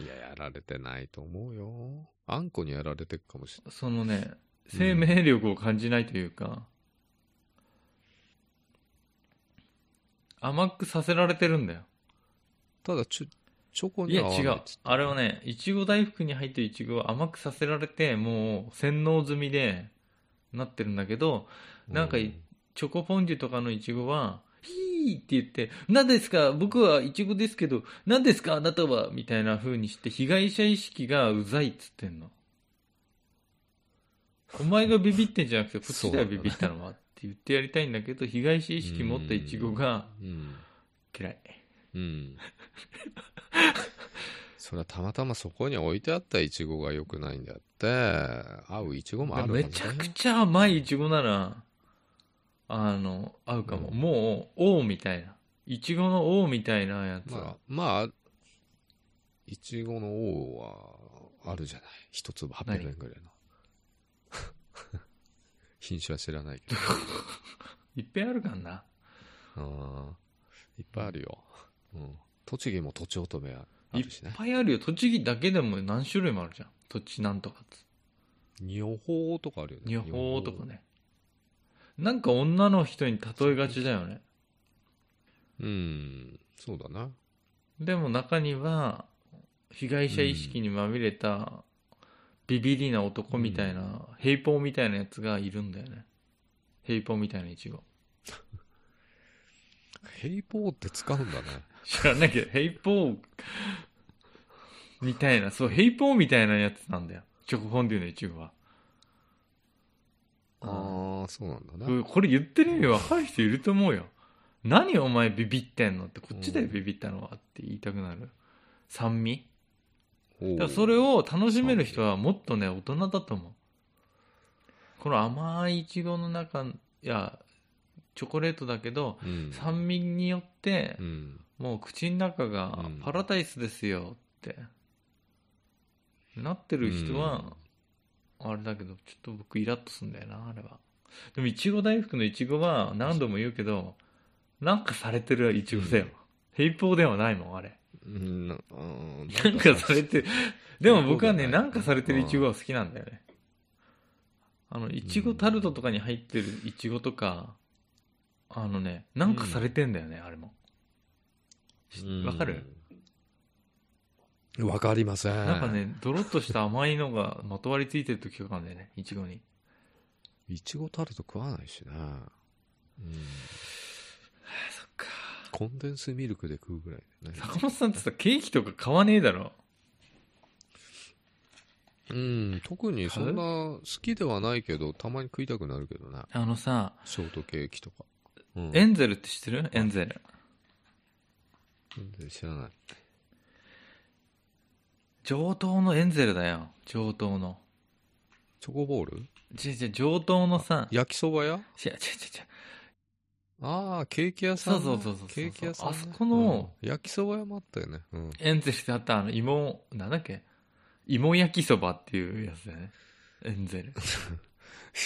Speaker 2: いや、やられてないと思うよ。あんこにやられてるかもしれ
Speaker 1: そのね生命力を感じないというか、甘くさせられてるんだよ
Speaker 2: ない。ただ、チョ、チョコ
Speaker 1: い
Speaker 2: に
Speaker 1: や
Speaker 2: は合わない
Speaker 1: 違う
Speaker 2: っつって
Speaker 1: あれは。ねいちご大福に入ってるいちごは甘くさせられてもう洗脳済みでなってるんだけどなんか
Speaker 2: う
Speaker 1: チョコフォンデュとかのいちごはヒーって言って「何ですか僕はいちごですけど何ですかあなたは」みたいな風にして被害者意識がうざいっつってんのお前がビビってんじゃなくてこっちだよビビったのはって言ってやりたいんだけど被害者意識持ったいちごが
Speaker 2: うん。
Speaker 1: 嫌い
Speaker 2: うん。それはたまたまそこに置いてあったイチゴが良くないんであって合うイチゴもあるはずだ
Speaker 1: め
Speaker 2: よ
Speaker 1: ちゃくちゃ甘いイチゴならあの合うかも、
Speaker 2: うん
Speaker 1: もう王みたいなイチゴの王みたいなやつ
Speaker 2: まあ
Speaker 1: は、
Speaker 2: まあ、いちごの王はあるじゃない。一粒800円ぐらいの。 品種は知らないけど。
Speaker 1: いっぺんあるかな
Speaker 2: あーいっぱいあるよ。うん。栃木もとちおとめあ
Speaker 1: いっ
Speaker 2: るしね。
Speaker 1: ぱいあるよ栃木だけでも何種類もあるじゃん土地なんとかっつ
Speaker 2: 女宝とかあるよね。
Speaker 1: 女宝とかねなんか女の人に例えがちだよね
Speaker 2: 女宝。うん。そうだな。
Speaker 1: でも中には被害者意識にまみれたビビリな男みたいな、平凡みたいなやつがいるんだよね平凡みたいなイチゴ
Speaker 2: ヘイポーって使うんだね。
Speaker 1: 知らないけど、ヘイポーみたいな、そう、ヘイポーみたいなやつなんだよ。チョコフォンデュのイチゴは。
Speaker 2: ああ、そうなんだ
Speaker 1: う
Speaker 2: ね。
Speaker 1: んこれ言ってる意味分かる人いると思うよ。何お前ビビってんのって、こっちだよ、
Speaker 2: うん
Speaker 1: ビビったのはって言いたくなる。酸味
Speaker 2: おう
Speaker 1: だからそれ、を楽しめる人はもっとね、大人だと思う。この甘いイチゴの中、いや、チョコレートだけど、
Speaker 2: うん。
Speaker 1: 酸味によって
Speaker 2: う、ん。
Speaker 1: もう口の中が
Speaker 2: うん
Speaker 1: パラダイスですよって、なってる人は、あれだけどちょっと僕イラッとすんだよなあれはでもいちご大福のいちごは何度も言うけどなんかされてるいちごだよ、
Speaker 2: うん
Speaker 1: 平凡ではないもんあれ
Speaker 2: うん。なうん
Speaker 1: なんかされてるでも僕はね
Speaker 2: 平凡じ
Speaker 1: な
Speaker 2: ゃない
Speaker 1: んかされてるいちごは好きなんだよねあのいちごタルトとかに入ってるいちごとかあのねなんかされてんだよね、あれも
Speaker 2: うん
Speaker 1: わかる
Speaker 2: わかりません。
Speaker 1: なんかね、ドロッとした甘いのがまとわりついてる時があるんだよね、いちごに。
Speaker 2: いちごタルト食わないしね。うん。
Speaker 1: そっか。
Speaker 2: コンデンスミルクで食うぐらいだね。
Speaker 1: 坂本さんってさ、ケーキとか買わねえだろ。
Speaker 2: うん。特にそんな
Speaker 1: 買
Speaker 2: 好きではないけど、たまに食いたくなるけどね。
Speaker 1: あのさ、
Speaker 2: ショートケーキとか。うん、
Speaker 1: エンゼルって知ってるエンゼル。
Speaker 2: 知らない。
Speaker 1: 上等のエンゼルだよ。上等の。
Speaker 2: チョコボール
Speaker 1: 違う違う、上等のさ、違
Speaker 2: 焼きそば屋
Speaker 1: う違う違う違う。
Speaker 2: ああ、ケーキ屋さんね、
Speaker 1: そうそうそうそうそう
Speaker 2: ケーキ屋さんね、
Speaker 1: あそこの
Speaker 2: うん焼きそば屋もあったよね。うん。
Speaker 1: エンゼルってあったあの芋、なんだっけ芋焼きそばっていうやつだよね。エンゼル。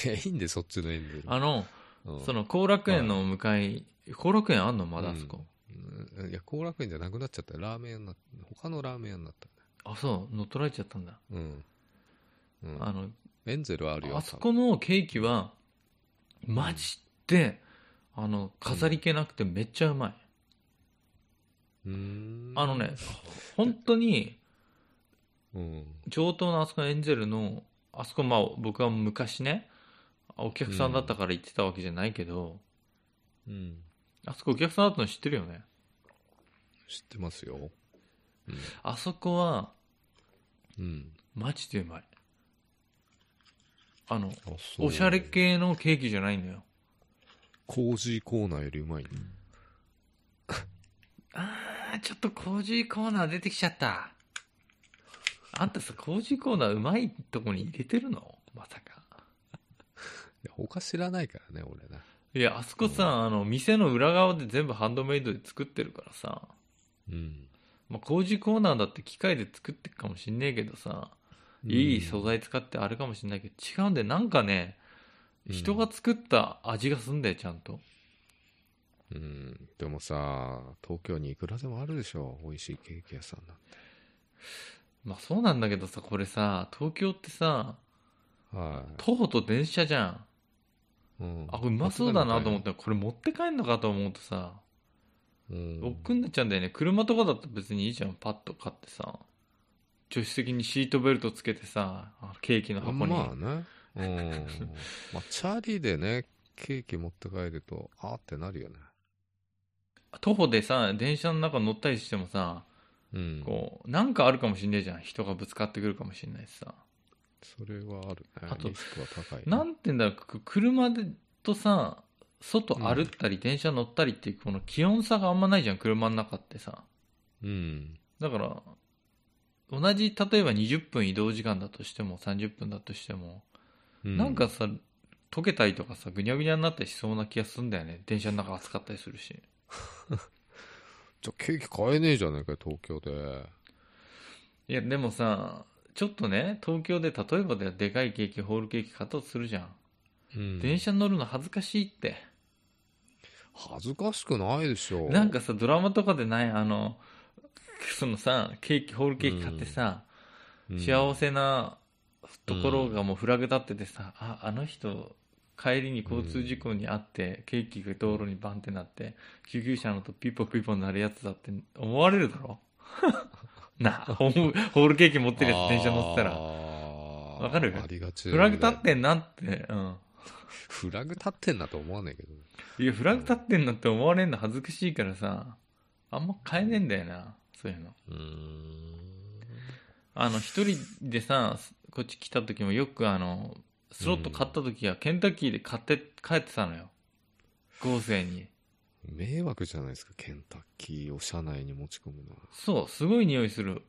Speaker 2: いや、いいんで、そっちのエンゼル。
Speaker 1: あの、
Speaker 2: うん
Speaker 1: その後楽園の向かい、後楽園あんのまだあそこ。
Speaker 2: うんいや、後楽園じゃなくなっちゃったよラーメン屋になっ他のラーメン屋になったね。
Speaker 1: あ、そう、乗っ取られちゃったんだ。
Speaker 2: うん。うん、
Speaker 1: あの、
Speaker 2: エンゼルはあるよ。
Speaker 1: あそこのケーキはマジで、あの飾り気なくてめっちゃうまい、
Speaker 2: 多分うーん
Speaker 1: あのね、本当に
Speaker 2: うん。
Speaker 1: 上等のあそこのエンゼルのあそこまあ僕は昔ねお客さんだったから行ってたわけじゃないけど、
Speaker 2: うん。
Speaker 1: あそこお客さんだったの知ってるよね
Speaker 2: 知ってますよ。うん
Speaker 1: あそこは
Speaker 2: うん。
Speaker 1: マジでうまいあの
Speaker 2: あ、そう。
Speaker 1: おしゃれ。系のケーキじゃないのよ
Speaker 2: コージーコーナーよりうまいね。
Speaker 1: あーちょっとコージーコーナー出てきちゃったあんたさコージーコーナーうまいとこに入れてるのまさか
Speaker 2: いや他知らないからね、俺な。
Speaker 1: いやあそこさ、あの店の裏側で全部ハンドメイドで作ってるからさ、
Speaker 2: うん。
Speaker 1: まあ、コージーコーナーだって機械で作ってるかもしんねえけどさいい素材
Speaker 2: 材、
Speaker 1: 使ってあれかもしんないけど違うんでなんかね
Speaker 2: うん
Speaker 1: 人が作った味がすんだよちゃんと、
Speaker 2: うん。でもさ、東京にいくらでもあるでしょ。美味しいケーキ屋さんなんて。
Speaker 1: まあそうなんだけどさこれさ東京ってさ
Speaker 2: は
Speaker 1: 徒歩と電車じゃん
Speaker 2: い。うん。
Speaker 1: あこれうまそうだなと思っ
Speaker 2: って
Speaker 1: たらこれ持って帰んのかと思うとさ
Speaker 2: うん。
Speaker 1: 億劫になっちゃうんだよね車とかだと別にいいじゃんパッと買ってさ助手席にシートベルトつけてさあケーキの箱に、
Speaker 2: まあね。うん。 まあ、チャリでね、ケーキ持って帰ると、あーってなるよね。
Speaker 1: 徒歩でさ電車の中乗ったりしてもさ
Speaker 2: うん。
Speaker 1: こうなんかあるかもしんねえじゃん人がぶつかってくるかもしんないしさ
Speaker 2: それはあるね。
Speaker 1: あと
Speaker 2: リスクは高いね、
Speaker 1: なんて言うんだろうく車でとさ外歩ったり電車乗ったりっていうこの気温差があんまないじゃん車の中ってさ
Speaker 2: うん。
Speaker 1: だから同じ例えば20分移動時間だとしても30分だとしても、なんかさ溶けたりとかさぐにゃぐにゃになったりしそうな気がするんだよね電車の中暑かったりするし
Speaker 2: じゃあケーキ買えねえじゃないかよ東京で
Speaker 1: いやでもさちょっとね東京で例えばででかいケーキホールケーキ買ったとするじゃん、
Speaker 2: うん
Speaker 1: 電車に乗るの恥ずかしいって
Speaker 2: 恥ずかしくないでしょ
Speaker 1: なんかさドラマとかでないあのそのさケーキホールケーキ買ってさ、
Speaker 2: うん
Speaker 1: 幸せなところがもうフラグ立っててさ、ああの人帰りに交通事故に遭って、ケーキが道路にバンってなって救急車のとピポピポになるやつだって思われるだろ なあホームホールケーキ持ってるやつ電車乗ってたら
Speaker 2: あー
Speaker 1: わかる
Speaker 2: ありがちだ
Speaker 1: フ
Speaker 2: よ
Speaker 1: ラ
Speaker 2: ね
Speaker 1: グ立ってんなって、うん、
Speaker 2: フラグ立ってんなと思わないけどね
Speaker 1: いやフラグ立ってんなって思われるの恥ずかしいからさあんま買えねえんだよなそういうの
Speaker 2: うーん
Speaker 1: あの一人でさこっち来た時もよくあのスロット買った時はケンタッキーで買って帰ってたのよ豪勢に
Speaker 2: 迷惑じゃないですかケンタッキーを車内に持ち込むのは
Speaker 1: そうすごい匂いする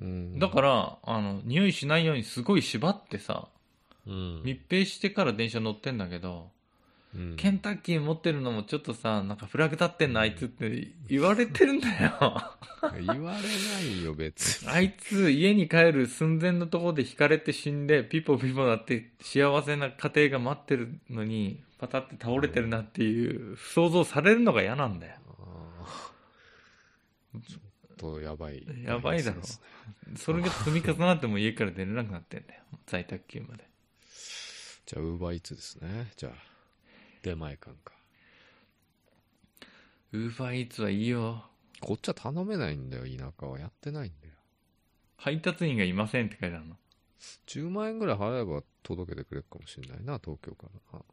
Speaker 2: うん
Speaker 1: だからあの匂いしないようにすごい縛ってさ
Speaker 2: うん
Speaker 1: 密閉してから電車乗ってんだけど、
Speaker 2: うん
Speaker 1: ケンタッキー持ってるのもちょっとさなんかフラグ立ってんのあいつって言われてるんだよ
Speaker 2: 言われないよ別 に
Speaker 1: あいつ家に帰る寸前のところで引かれて死んでピポピポなって幸せな家庭が待ってるのにパタって倒れてるなっていう想像されるのが嫌なんだよ
Speaker 2: あーちょっとやばい
Speaker 1: やばいだろ
Speaker 2: ですね
Speaker 1: それが積み重なってもう家から出れなくなってんだよ在宅勤務で
Speaker 2: じゃあウーバーイーツですねじゃあ出前館か
Speaker 1: ウーバーイーツはいいよ
Speaker 2: こっちは頼めないんだよ田舎はやってないんだよ
Speaker 1: 配達員がいませんって書いてあるの
Speaker 2: 10万円ぐらい払えば届けてくれるかもしれないな東京からな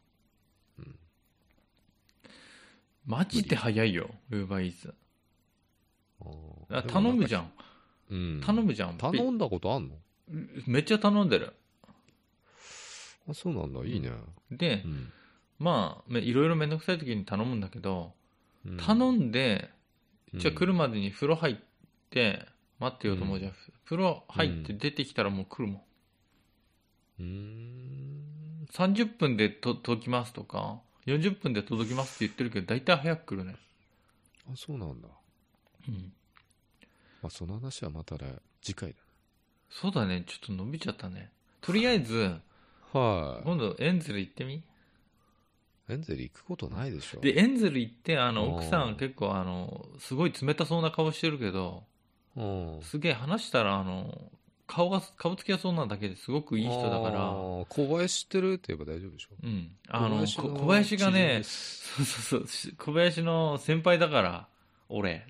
Speaker 1: マジで早いよウーバーイーツ
Speaker 2: あ
Speaker 1: あ
Speaker 2: ー
Speaker 1: 頼むじゃん
Speaker 2: でもなんか
Speaker 1: 頼
Speaker 2: うん
Speaker 1: むじゃん
Speaker 2: 頼んだことあんの
Speaker 1: めっちゃ頼んでる
Speaker 2: あそうなんだいいね
Speaker 1: で
Speaker 2: うん
Speaker 1: まあめいろいろめんどくさい時に頼むんだけど
Speaker 2: うん
Speaker 1: 頼んで
Speaker 2: うん
Speaker 1: じゃあ来るまでに風呂入って待ってようと思うじゃん、風呂入って出てきたらもう来るもん
Speaker 2: うーん
Speaker 1: 30分でと届きますとか40分で届きますって言ってるけど大体早く来るね、
Speaker 2: あそうなんだ
Speaker 1: うん、
Speaker 2: まあその話はまた来次回だ
Speaker 1: そうだねちょっと伸びちゃったねとりあえず
Speaker 2: は
Speaker 1: 今度エンゼル行ってみ
Speaker 2: いエンゼル行くことないでしょ
Speaker 1: でエンゼル行ってあの
Speaker 2: おー
Speaker 1: 奥さん結構あのすごい冷たそうな顔してるけど
Speaker 2: うん
Speaker 1: すげえ話したらあの顔が顔つきがそうなだけですごくいい人だから
Speaker 2: あー小林知ってるって言えば大丈夫でしょ
Speaker 1: うんあのこ
Speaker 2: の
Speaker 1: 小林が
Speaker 2: 知人
Speaker 1: ね
Speaker 2: で
Speaker 1: そ
Speaker 2: す
Speaker 1: うそうそうし、小林の先輩だから、俺、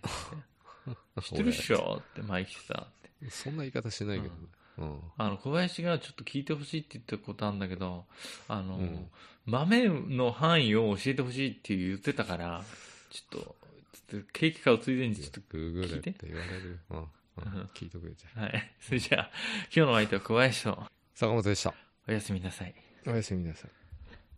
Speaker 1: 知ってるっしょって、マイキさんって。
Speaker 2: 俺そんな言い方しないけどねうん
Speaker 1: あの、小林がちょっと聞いてほしいって言ったことあるんだけど、あの、
Speaker 2: うん
Speaker 1: 豆の範囲を教えてほしいって言ってたから、ちょっと、ちょっとケーキ買うついでにちょっと、
Speaker 2: ググれ
Speaker 1: 聞
Speaker 2: っ
Speaker 1: いて
Speaker 2: て言われるうんうん聞いとくれじゃあ
Speaker 1: はい。それじゃあ、今日の相手は小林と、
Speaker 2: 坂本でした
Speaker 1: おやすみなさい。
Speaker 2: おやすみなさい